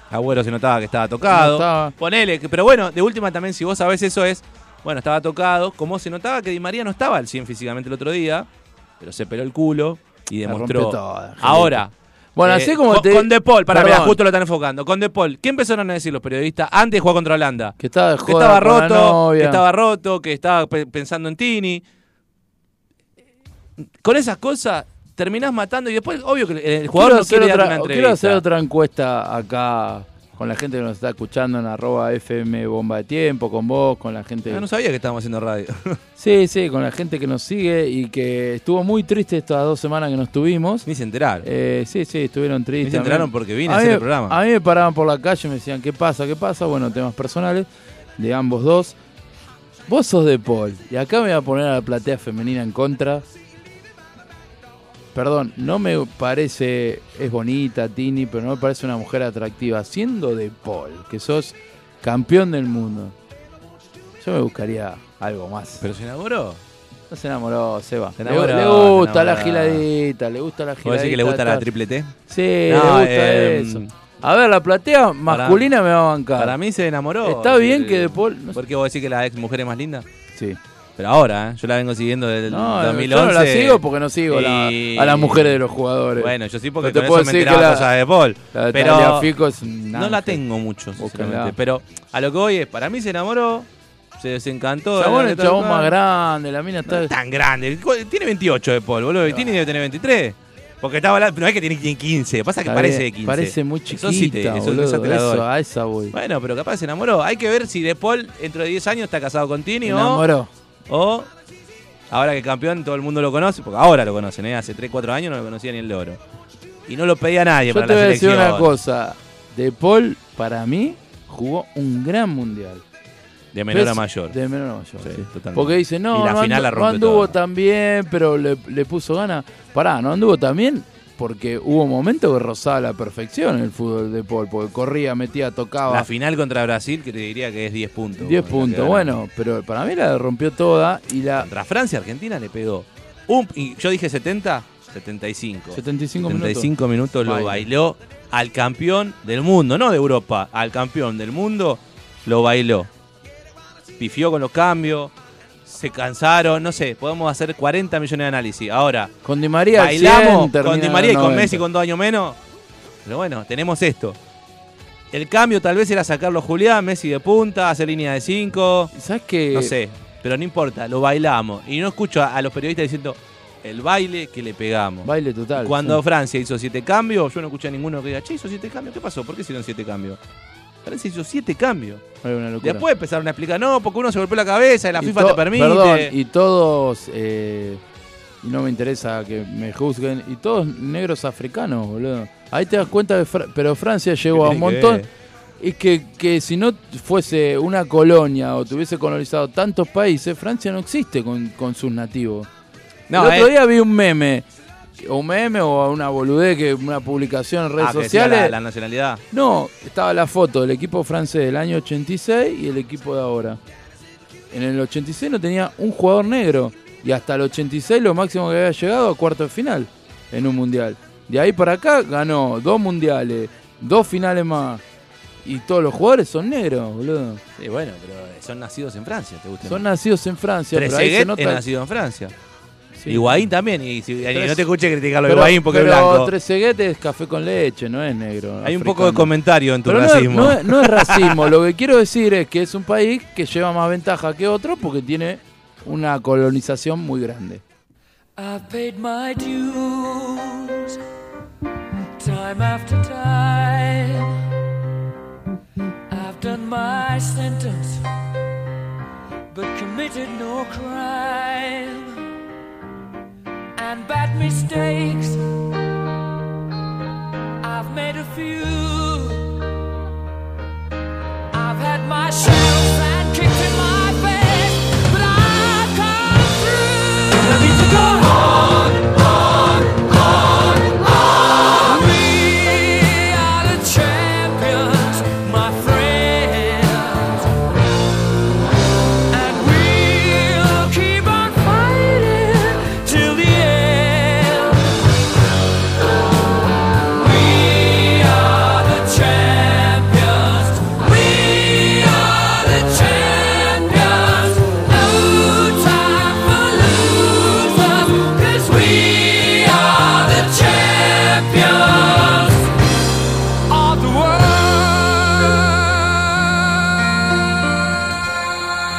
Speaker 4: Agüero se notaba que estaba tocado.
Speaker 5: No estaba.
Speaker 4: Ponele, que- pero bueno, de última también, si vos sabés eso, es. Bueno, estaba tocado. Como se notaba que Di María no estaba al 100 físicamente el otro día, pero se peló el culo y
Speaker 5: La
Speaker 4: demostró.
Speaker 5: rompió toda, Angelito.
Speaker 4: Ahora. eh,
Speaker 5: Bueno, así como
Speaker 4: con,
Speaker 5: te-
Speaker 4: Con De Paul, para
Speaker 5: Perdón.
Speaker 4: mirá, justo lo están enfocando. Con De Paul, ¿qué empezaron a decir los periodistas antes de jugar contra Holanda?
Speaker 5: Que estaba de
Speaker 4: que
Speaker 5: joda
Speaker 4: estaba
Speaker 5: con la
Speaker 4: roto,
Speaker 5: novia.
Speaker 4: que estaba roto, que estaba pe- pensando en Tini. Con esas cosas terminás matando y después, obvio que el- el jugador
Speaker 5: quiero
Speaker 4: no quiere
Speaker 5: hacer
Speaker 4: dar una
Speaker 5: otra,
Speaker 4: entrevista.
Speaker 5: quiero hacer otra encuesta acá con la gente que nos está escuchando en arroba FM Bomba de Tiempo, con vos, con la gente...
Speaker 4: Ah, no sabía que estábamos haciendo radio.
Speaker 5: Sí, sí, con la gente que nos sigue y que estuvo muy triste estas dos semanas que nos tuvimos.
Speaker 4: Ni se enteraron.
Speaker 5: Eh, sí, sí, estuvieron tristes.
Speaker 4: Ni se enteraron porque vine a
Speaker 5: mí
Speaker 4: hacer
Speaker 5: me-
Speaker 4: el programa.
Speaker 5: A mí me paraban por la calle y me decían, ¿qué pasa? ¿Qué pasa? Bueno, temas personales de ambos dos. Vos sos de Paul. Y acá me voy a poner a la platea femenina en contra. Perdón, no me parece, es bonita Tini, pero no me parece una mujer atractiva. Siendo de Paul, que sos campeón del mundo, yo me buscaría algo más.
Speaker 4: ¿Pero se enamoró?
Speaker 5: No se enamoró, Seba.
Speaker 4: Se
Speaker 5: Le-
Speaker 4: enamoró,
Speaker 5: le,
Speaker 4: se
Speaker 5: gusta la
Speaker 4: enamoró.
Speaker 5: giladita, le gusta la giladita.
Speaker 4: ¿Vos decís que le gusta la
Speaker 5: tal.
Speaker 4: triple T?
Speaker 5: Sí,
Speaker 4: No,
Speaker 5: le gusta
Speaker 4: eh,
Speaker 5: eso. A ver, la platea masculina me va a bancar.
Speaker 4: Para mí se enamoró.
Speaker 5: Está bien que De Paul- no
Speaker 4: ¿Por qué vos decís que la ex mujer es más linda?
Speaker 5: Sí.
Speaker 4: Pero ahora, ¿eh? yo la vengo siguiendo desde el
Speaker 5: No,
Speaker 4: 2011.
Speaker 5: yo no la sigo porque no sigo la-
Speaker 4: Y-
Speaker 5: a las mujeres de los jugadores.
Speaker 4: Bueno, yo sí porque
Speaker 5: No te
Speaker 4: con
Speaker 5: puedo
Speaker 4: eso me
Speaker 5: decir
Speaker 4: enteraba
Speaker 5: que la-
Speaker 4: cosas de Paul.
Speaker 5: La de Talia
Speaker 4: pero
Speaker 5: Fico es un
Speaker 4: no
Speaker 5: ángel.
Speaker 4: la tengo mucho,
Speaker 5: Búscala.
Speaker 4: sinceramente. Pero a lo que voy es, para mí se enamoró, se desencantó. de
Speaker 5: Chabón,
Speaker 4: la-
Speaker 5: el chabón más
Speaker 4: No
Speaker 5: grande, la mina
Speaker 4: es
Speaker 5: está...
Speaker 4: Tan grande. Tiene 28 De Paul, boludo. Y Tini debe tener 23. Porque estaba la- No es que tiene 15. Pasa que
Speaker 5: está
Speaker 4: parece
Speaker 5: bien,
Speaker 4: de 15.
Speaker 5: Parece muy
Speaker 4: Eso
Speaker 5: chiquita,
Speaker 4: sí te- eso-
Speaker 5: boludo,
Speaker 4: esa te la doy.
Speaker 5: eso, a esa voy.
Speaker 4: Bueno, pero capaz se enamoró. Hay que ver si De Paul dentro de 10 años está casado con Tini
Speaker 5: Me
Speaker 4: o,
Speaker 5: enamoró.
Speaker 4: o ahora que es campeón todo el mundo lo conoce, porque ahora lo conocen, ¿eh? hace 3, 4 años no lo conocía ni el loro. Y no lo pedía nadie
Speaker 5: Yo
Speaker 4: para
Speaker 5: te
Speaker 4: la
Speaker 5: voy a decir
Speaker 4: selección.
Speaker 5: una cosa. De Paul, para mí, jugó un gran mundial.
Speaker 4: De menor a
Speaker 5: Pes-
Speaker 4: mayor.
Speaker 5: De menor a mayor.
Speaker 4: Sí,
Speaker 5: sí.
Speaker 4: totalmente.
Speaker 5: Porque dice, no,
Speaker 4: Y la
Speaker 5: no,
Speaker 4: final
Speaker 5: andu-
Speaker 4: la
Speaker 5: no
Speaker 4: rompe
Speaker 5: anduvo
Speaker 4: toda.
Speaker 5: tan bien, pero le, le puso ganas. Pará, no anduvo tan bien porque hubo momentos que rozaba la perfección en el fútbol de Paul, porque corría, metía,
Speaker 4: La
Speaker 5: tocaba.
Speaker 4: final contra Brasil, que te diría que es 10 puntos.
Speaker 5: 10
Speaker 4: La que
Speaker 5: puntos, bueno, pero para mí la rompió toda y la...
Speaker 4: Contra Francia, Argentina le pegó. Un, y yo dije 70, 75.
Speaker 5: 75 minutos.
Speaker 4: 75 minutos lo
Speaker 5: Baila.
Speaker 4: bailó al campeón del mundo, no de Europa, al campeón del mundo lo bailó. Pifió con los cambios, se cansaron, no sé, podemos hacer 40 millones de análisis. Ahora,
Speaker 5: Con Di María al 100,
Speaker 4: bailamos con
Speaker 5: termina
Speaker 4: Di
Speaker 5: en
Speaker 4: María y con
Speaker 5: 90.
Speaker 4: Messi con dos años menos. Pero bueno, tenemos esto. El cambio tal vez era sacarlo a Julián, Messi de punta, hacer línea de 5,
Speaker 5: ¿Sabes qué?
Speaker 4: no sé, pero no importa, lo bailamos. Y no escucho a, a los periodistas diciendo el baile que le pegamos.
Speaker 5: Baile total.
Speaker 4: Cuando
Speaker 5: sí.
Speaker 4: Francia hizo siete cambios, yo no escuché a ninguno que diga, che, hizo siete cambios, ¿qué pasó? ¿Por qué hicieron siete cambios? Francia hizo siete cambios.
Speaker 5: Era una locura.
Speaker 4: Después empezaron a explicar, no, porque uno se golpeó la cabeza y la
Speaker 5: Y
Speaker 4: FIFA
Speaker 5: to-
Speaker 4: te permite.
Speaker 5: Perdón, y todos. eh, y no me interesa que me juzguen. Y todos negros africanos, boludo. Ahí te das cuenta, de Fra- pero Francia llegó a un
Speaker 4: tiene que
Speaker 5: montón.
Speaker 4: ver?
Speaker 5: Y que, que si no fuese una colonia o tuviese colonizado tantos países, Francia no existe con, con sus nativos.
Speaker 4: No,
Speaker 5: El otro
Speaker 4: eh.
Speaker 5: día vi un meme. O un meme o una boludez, que una publicación en redes
Speaker 4: Ah, que decía
Speaker 5: sociales.
Speaker 4: La, la nacionalidad.
Speaker 5: No, estaba la foto del equipo francés del año 86 y el equipo de ahora. En el 86 no tenía un jugador negro. Y hasta el 86 lo máximo que había llegado a cuarto de final en un mundial. De ahí para acá ganó dos mundiales, dos finales más. Y todos los jugadores son negros, boludo.
Speaker 4: Sí, bueno, pero eh, son nacidos en Francia, ¿te gusta?
Speaker 5: Son nacidos en Francia, pero ahí se
Speaker 4: Trezeguet es
Speaker 5: nota.
Speaker 4: nacido en Francia.
Speaker 5: Sí.
Speaker 4: Higuaín también. Y, si- y
Speaker 5: Tres-
Speaker 4: no te escuché criticarlo a
Speaker 5: Pero-
Speaker 4: Higuaín porque es
Speaker 5: pero
Speaker 4: blanco.
Speaker 5: Trezeguet es café con leche, no es negro.
Speaker 4: Hay un poco de
Speaker 5: africano.
Speaker 4: comentario en tu
Speaker 5: Pero no, es-
Speaker 4: racismo.
Speaker 5: no es, no es racismo, lo que quiero decir es que es un país que lleva más ventaja que otro porque tiene una colonización muy grande.
Speaker 6: I've paid my dues time after time. I've done my sentence, but committed no crime. And bad mistakes, I've made a few. I've had my shells and kicked in my face, but I've come through. That means to go We are the champions, my friends, and we'll keep on fighting till the end. We are the champions. We are the champions. No time for losers, 'cause we are the champions of the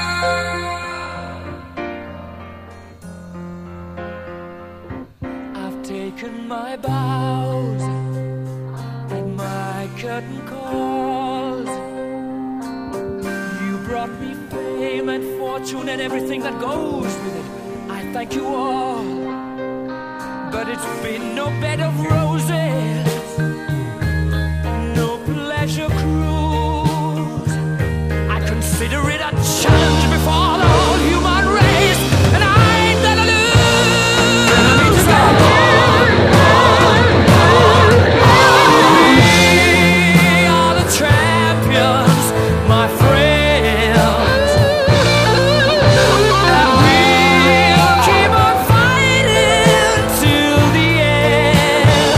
Speaker 6: world. I've taken my bows and my curtain calls. You brought me fame and fortune and everything that goes with it. I thank you all. But it's been no bed of roses, no pleasure cruise. I consider it a challenge before the whole human race, and I ain't gonna lose. We are the champions, my friends. And we'll keep on fighting till the end.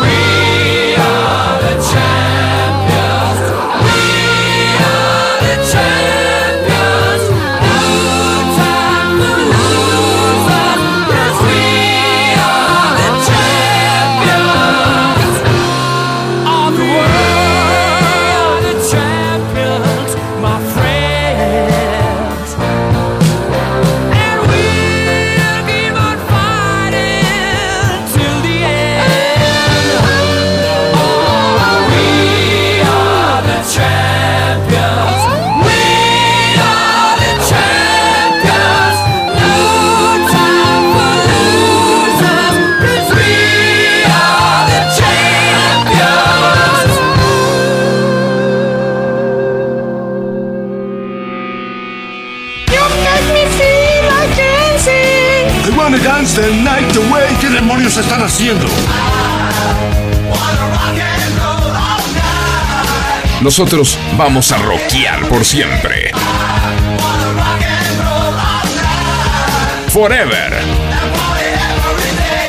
Speaker 6: We are the champions. We are the champions. No time for losers, 'cause we are the champions of the world. We are the champions, my friends. And we'll keep on fighting till the end. We are the champions. We are the champions. No time for losers, 'cause we are the champions.
Speaker 7: You make me feel like dancing.
Speaker 2: I wanna dance the night away. ¿Qué demonios están haciendo?
Speaker 1: Nosotros vamos a rockear por siempre. Forever.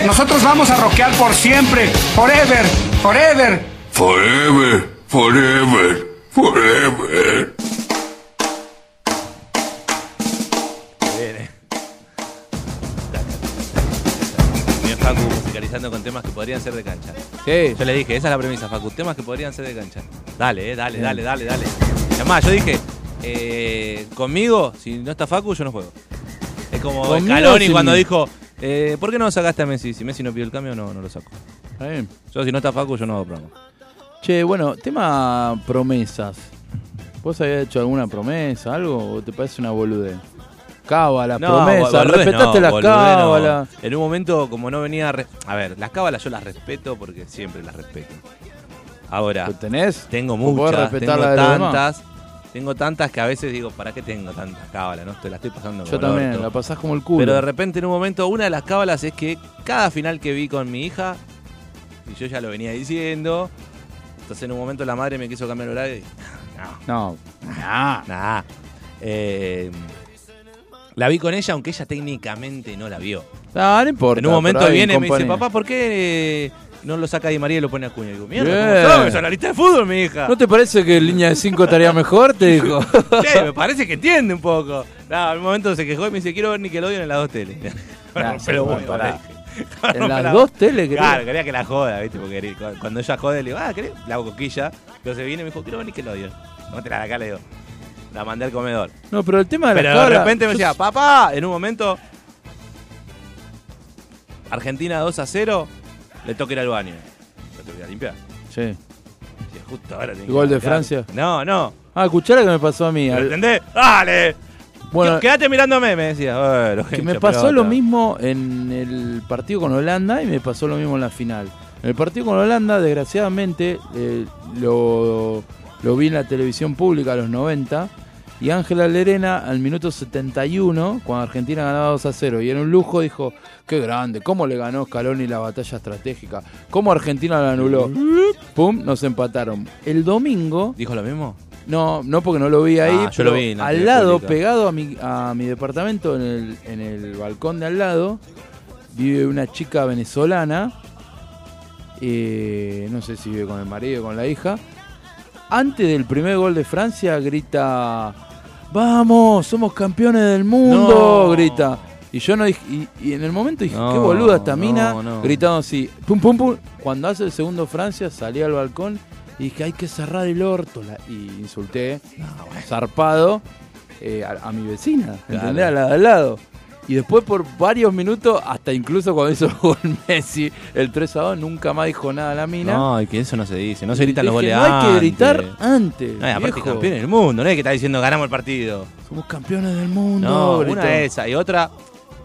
Speaker 8: Nosotros vamos a rockear por siempre, forever, forever.
Speaker 2: Forever, forever, forever.
Speaker 4: Bien, Facu musicalizando con temas que podrían ser de cancha.
Speaker 5: Sí.
Speaker 4: Yo le dije, esa es la premisa, Facu, temas que podrían ser de cancha. Dale, eh, dale, dale, dale, dale. Y Además, yo dije, eh, conmigo, si no está Facu, yo no juego. Es como
Speaker 5: Conmigo
Speaker 4: Scaloni
Speaker 5: sin-
Speaker 4: cuando dijo, eh, ¿por qué no sacaste a Messi? Si Messi no pidió el cambio, no, no lo saco.
Speaker 5: Está bien.
Speaker 4: Yo, si no está Facu, yo no hago programa.
Speaker 5: Che, bueno, tema promesas. ¿Vos habías hecho alguna promesa, algo? ¿O te parece una boludez? Cábala, promesa.
Speaker 4: boludez
Speaker 5: Respetaste
Speaker 4: no,
Speaker 5: las
Speaker 4: boludez no.
Speaker 5: cábalas.
Speaker 4: En un momento, como no venía. re- A ver, las cábalas yo las respeto porque siempre las respeto. Ahora,
Speaker 5: ¿Lo tenés?
Speaker 4: Ah, tengo
Speaker 5: ¿Vos podés
Speaker 4: muchas,
Speaker 5: respetar
Speaker 4: tengo
Speaker 5: la de los demás?
Speaker 4: tantas. Tengo tantas que a veces digo, ¿para qué tengo tantas cábalas? No, te la estoy pasando como
Speaker 5: Yo
Speaker 4: el
Speaker 5: también,
Speaker 4: orto.
Speaker 5: la pasás como el culo.
Speaker 4: Pero de repente en un momento, una de las cábalas es que cada final que vi con mi hija, y yo ya lo venía diciendo, entonces en un momento la madre me quiso cambiar el horario y. No,
Speaker 5: No,
Speaker 4: Nah. Eh, la vi con ella, aunque ella técnicamente no la vio.
Speaker 5: no, no importa.
Speaker 4: En un momento
Speaker 5: pero hay
Speaker 4: viene y me dice,
Speaker 5: compañía.
Speaker 4: papá, ¿por qué eh, no lo saca Di María y lo pone a Cuña? Y digo, mierda,
Speaker 5: Bien.
Speaker 4: ¿cómo sabes? Analista de fútbol, mi hija.
Speaker 5: ¿No te parece que en línea de 5 estaría mejor? Te dijo.
Speaker 4: Che, me parece que entiende un poco. Nah, en un momento se quejó y me dice, quiero ver Nickelodeon en las dos teles.
Speaker 5: Nah, se
Speaker 4: Pero bueno,
Speaker 5: pará.
Speaker 4: le dije.
Speaker 5: En
Speaker 4: Me
Speaker 5: las
Speaker 4: la-
Speaker 5: dos teles, querido.
Speaker 4: Claro, quería que la joda, ¿viste? Porque quería- cuando ella jode, le digo, ah, ¿querés? La hago coquilla. Entonces viene y me dijo, quiero ver Nickelodeon. No te la da acá, le digo. La mandé al comedor.
Speaker 5: No, pero el tema de la
Speaker 4: Pero de repente me decía, papá, en un momento. Argentina 2 a 0, le toca ir al baño. Yo tengo que ir a limpiar.
Speaker 5: Sí.
Speaker 4: Sí, justo ahora tengo que
Speaker 5: ¿Gol de
Speaker 4: limpiar.
Speaker 5: Francia?
Speaker 4: No, no.
Speaker 5: Ah, escuchá lo que me pasó a mí.
Speaker 4: ¿Lo
Speaker 5: Al-
Speaker 4: entendés? ¡Dale!
Speaker 5: Bueno,
Speaker 4: Quédate mirándome, me decía. Bueno,
Speaker 5: que me
Speaker 4: hincha
Speaker 5: pasó
Speaker 4: pelota.
Speaker 5: lo mismo en el partido con Holanda y me pasó lo mismo en la final. En el partido con Holanda, desgraciadamente, eh, lo, lo vi en la televisión pública a los 90. Y Ángela Lerena, al minuto 71, cuando Argentina ganaba 2 a 0, y en un lujo dijo: Qué grande, cómo le ganó Scaloni la batalla estratégica, cómo Argentina la anuló. Pum, nos empataron. El domingo,
Speaker 4: ¿Dijo lo mismo?
Speaker 5: no, no porque no lo vi ahí.
Speaker 4: Ah, yo lo
Speaker 5: pero
Speaker 4: vi en la
Speaker 5: al
Speaker 4: tele
Speaker 5: lado,
Speaker 4: pública.
Speaker 5: pegado a mi, a mi departamento, en el, en el balcón de al lado, vive una chica venezolana. eh, no sé si vive con el marido, con la hija. Antes del primer gol de Francia, grita: ¡Vamos, somos campeones del mundo!
Speaker 4: No.
Speaker 5: Grita. Y yo no dije, y, y en el momento dije,
Speaker 4: No,
Speaker 5: qué boluda esta
Speaker 4: no,
Speaker 5: mina,
Speaker 4: no.
Speaker 5: gritando así, pum pum pum. Cuando hace el segundo Francia, salí al balcón y dije, hay que cerrar el orto. la- y insulté, zarpado, eh, a, a mi vecina, ¿entendés?
Speaker 4: Claro.
Speaker 5: A la de al lado. Y después por varios minutos, hasta incluso cuando hizo el gol Messi, el 3 a 2, nunca más dijo nada a la mina.
Speaker 4: No, y que eso no se dice. No se
Speaker 5: Y
Speaker 4: gritan los
Speaker 5: dije,
Speaker 4: goles
Speaker 5: No hay que
Speaker 4: antes.
Speaker 5: gritar antes.
Speaker 4: No, y aparte
Speaker 5: viejo.
Speaker 4: campeón del mundo, no es que está diciendo ganamos el partido.
Speaker 5: Somos campeones del mundo.
Speaker 4: No,
Speaker 5: gritó.
Speaker 4: una esa y otra.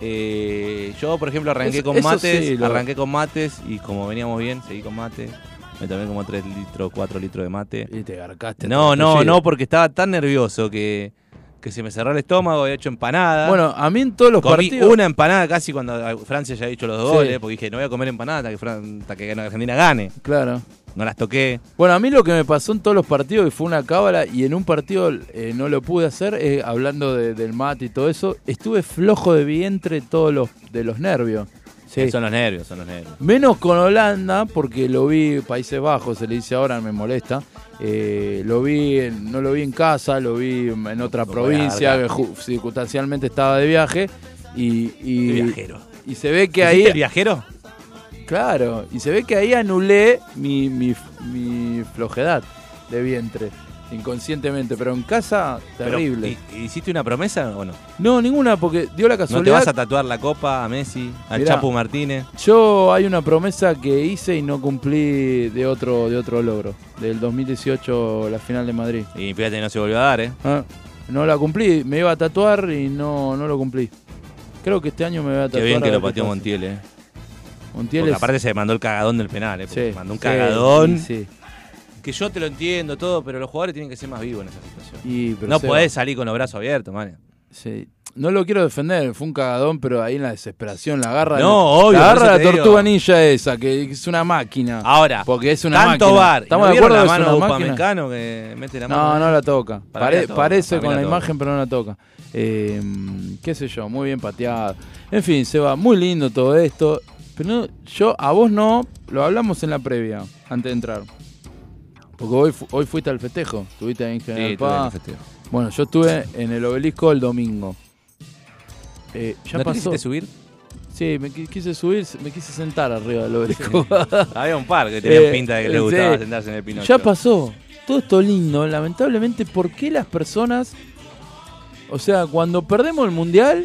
Speaker 4: eh, yo, por ejemplo, arranqué
Speaker 5: Eso-
Speaker 4: con
Speaker 5: eso
Speaker 4: mates,
Speaker 5: sí, lo-
Speaker 4: arranqué con mates y como veníamos bien, seguí con mate. Me tomé como 3 litros, 4 litros de mate.
Speaker 5: Y te garcaste.
Speaker 4: No, no,
Speaker 5: Tullido.
Speaker 4: no, porque estaba tan nervioso que, que se me cerró el estómago, había hecho empanada.
Speaker 5: Bueno, a mí en todos los
Speaker 4: comí
Speaker 5: partidos.
Speaker 4: una empanada casi cuando ah, Francia ya ha hecho los dos
Speaker 5: Sí.
Speaker 4: goles, porque dije, no voy a comer empanada hasta que, Fran- hasta que Argentina gane.
Speaker 5: Claro.
Speaker 4: No las toqué.
Speaker 5: Bueno, a mí lo que me pasó en todos los partidos, que fue una cábala, y en un partido eh, no lo pude hacer, eh, hablando de- del mate y todo eso, estuve flojo de vientre todos los, de los nervios. Sí.
Speaker 4: Son los nervios, son los nervios.
Speaker 5: Menos con Holanda, porque lo vi Países Bajos, se le dice ahora, me molesta. Eh, lo vi, en- no lo vi en casa, lo vi en otra
Speaker 4: No podía
Speaker 5: provincia, que
Speaker 4: largar.
Speaker 5: ju- circunstancialmente estaba de viaje. Y, y,
Speaker 4: De viajero.
Speaker 5: y se ve que
Speaker 4: ¿Hiciste
Speaker 5: ahí
Speaker 4: el viajero?
Speaker 5: Claro, y se ve que ahí anulé mi, mi, mi flojedad de vientre, inconscientemente, pero en casa,
Speaker 4: Pero,
Speaker 5: terrible.
Speaker 4: ¿hi- ¿Hiciste una promesa o no?
Speaker 5: No, ninguna, porque dio la
Speaker 4: ¿No te
Speaker 5: casualidad.
Speaker 4: vas a tatuar la copa a Messi, al
Speaker 5: Mirá.
Speaker 4: Chapu Martínez?
Speaker 5: Yo hay una promesa que hice y no cumplí de otro, de otro logro, del 2018, la final de Madrid.
Speaker 4: Y fíjate, no se volvió a dar, ¿eh?
Speaker 5: Ah, no la cumplí, me iba a tatuar y no, no lo cumplí. Creo que este año me voy a
Speaker 4: Qué
Speaker 5: tatuar.
Speaker 4: bien
Speaker 5: a
Speaker 4: que
Speaker 5: ver
Speaker 4: lo
Speaker 5: qué
Speaker 4: pateó
Speaker 5: pasa.
Speaker 4: Montiel, ¿eh?
Speaker 5: Montiel
Speaker 4: Porque
Speaker 5: es-
Speaker 4: aparte se mandó el cagadón del penal, ¿eh? Porque
Speaker 5: sí,
Speaker 4: mandó un
Speaker 5: sí,
Speaker 4: cagadón.
Speaker 5: sí, sí.
Speaker 4: Que yo te lo entiendo todo, pero los jugadores tienen que ser más vivos en esa situación.
Speaker 5: Y, pero
Speaker 4: no
Speaker 5: Seba-
Speaker 4: podés salir con los brazos abiertos, man.
Speaker 5: Sí. No lo quiero defender, fue un cagadón, pero ahí en la desesperación la agarra.
Speaker 4: No, obvio,
Speaker 5: La
Speaker 4: por
Speaker 5: agarra
Speaker 4: eso
Speaker 5: la
Speaker 4: te digo.
Speaker 5: tortuga ninja esa, que es una máquina.
Speaker 4: Ahora,
Speaker 5: Porque es una
Speaker 4: tanto
Speaker 5: máquina.
Speaker 4: bar.
Speaker 5: Estamos
Speaker 4: ¿No
Speaker 5: de
Speaker 4: vieron
Speaker 5: acuerdo que
Speaker 4: la
Speaker 5: es
Speaker 4: mano
Speaker 5: una
Speaker 4: de
Speaker 5: máquina?
Speaker 4: Upamecano que mete la mano?
Speaker 5: No, no la toca.
Speaker 4: Para
Speaker 5: Pare-
Speaker 4: mí la toca,
Speaker 5: parece
Speaker 4: para mí
Speaker 5: con
Speaker 4: la
Speaker 5: la
Speaker 4: toca.
Speaker 5: imagen, pero no la toca. Eh, qué sé yo, muy bien pateada. En fin, se va muy lindo todo esto. Pero no- yo, a vos no, lo hablamos en la previa, antes de entrar. Porque hoy, fu- hoy fuiste al festejo, estuviste ahí en General
Speaker 4: estuve en
Speaker 5: Paz.
Speaker 4: el festejo.
Speaker 5: Bueno, yo estuve en el obelisco el domingo. Eh, ya
Speaker 4: ¿No te
Speaker 5: pasó.
Speaker 4: quisiste subir?
Speaker 5: Sí, me qui- quise subir, me quise sentar arriba del obelisco.
Speaker 4: Ah, Había un par que tenían
Speaker 5: Eh,
Speaker 4: pinta de que
Speaker 5: sí.
Speaker 4: le gustaba sentarse en el pinocho.
Speaker 5: Ya pasó. Todo esto lindo, lamentablemente, ¿por qué las personas. O sea, cuando perdemos el mundial.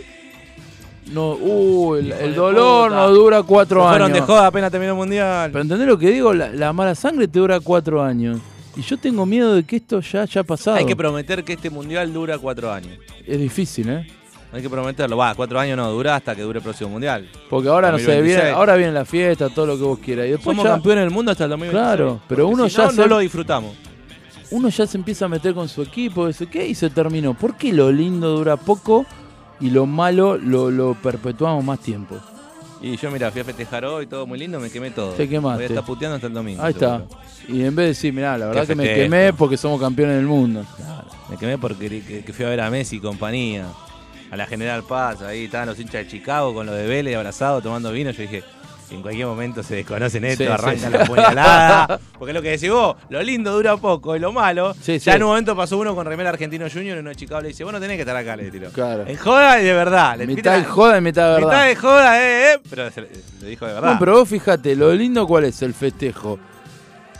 Speaker 5: No, uh, el, el
Speaker 4: de
Speaker 5: dolor
Speaker 4: puta.
Speaker 5: no dura
Speaker 4: Se
Speaker 5: cuatro
Speaker 4: fueron
Speaker 5: años.
Speaker 4: de joda apenas terminó el mundial.
Speaker 5: Pero entendés lo que digo, la, la mala sangre te dura cuatro años. Y yo tengo miedo de que esto ya haya pasado.
Speaker 4: Hay que prometer que este mundial dura cuatro años.
Speaker 5: es difícil, ¿eh?
Speaker 4: Hay que prometerlo. Va, cuatro años no, dura hasta que dure el próximo mundial.
Speaker 5: Porque ahora no sé,
Speaker 4: 2026.
Speaker 5: viene, ahora viene la fiesta, todo lo que vos quieras. Y después
Speaker 4: Somos
Speaker 5: ya
Speaker 4: campeones del mundo hasta el 2026.
Speaker 5: Claro, pero
Speaker 4: Porque
Speaker 5: uno
Speaker 4: si
Speaker 5: ya
Speaker 4: no,
Speaker 5: se-
Speaker 4: no lo disfrutamos.
Speaker 5: uno ya se empieza a meter con su equipo, dice, ¿qué? Y se terminó. ¿Por qué lo lindo dura poco y lo malo lo, lo perpetuamos más tiempo?
Speaker 4: Y yo, mira, fui a festejar hoy, todo muy lindo, me quemé todo.
Speaker 5: Te quemaste.
Speaker 4: Voy a estar puteando hasta el domingo.
Speaker 5: Ahí está.
Speaker 4: seguro.
Speaker 5: Y en vez de decir, mirá, la verdad
Speaker 4: Qué
Speaker 5: que me
Speaker 4: festejo.
Speaker 5: quemé porque somos campeones del mundo.
Speaker 4: Claro, me quemé porque que- que fui a ver a Messi y compañía. A la General Paz, ahí estaban los hinchas de Chicago con los de Vélez abrazados tomando vino. Yo dije, en cualquier momento se desconocen esto,
Speaker 5: Sí,
Speaker 4: arrancan
Speaker 5: sí.
Speaker 4: la puñalada. Porque es lo que decís vos, lo lindo dura poco y lo malo.
Speaker 5: Sí,
Speaker 4: ya
Speaker 5: sí.
Speaker 4: en un momento pasó uno con remera argentino junior y uno de Chicago le dice, vos no tenés que estar acá, le tiró.
Speaker 5: Claro.
Speaker 4: En joda y de verdad. Le
Speaker 5: Mitad de
Speaker 4: tira-
Speaker 5: joda y mitad de verdad.
Speaker 4: Mitad de joda, eh, eh. Pero se le, le dijo de verdad.
Speaker 5: No, pero vos fíjate, lo lindo cuál es el festejo.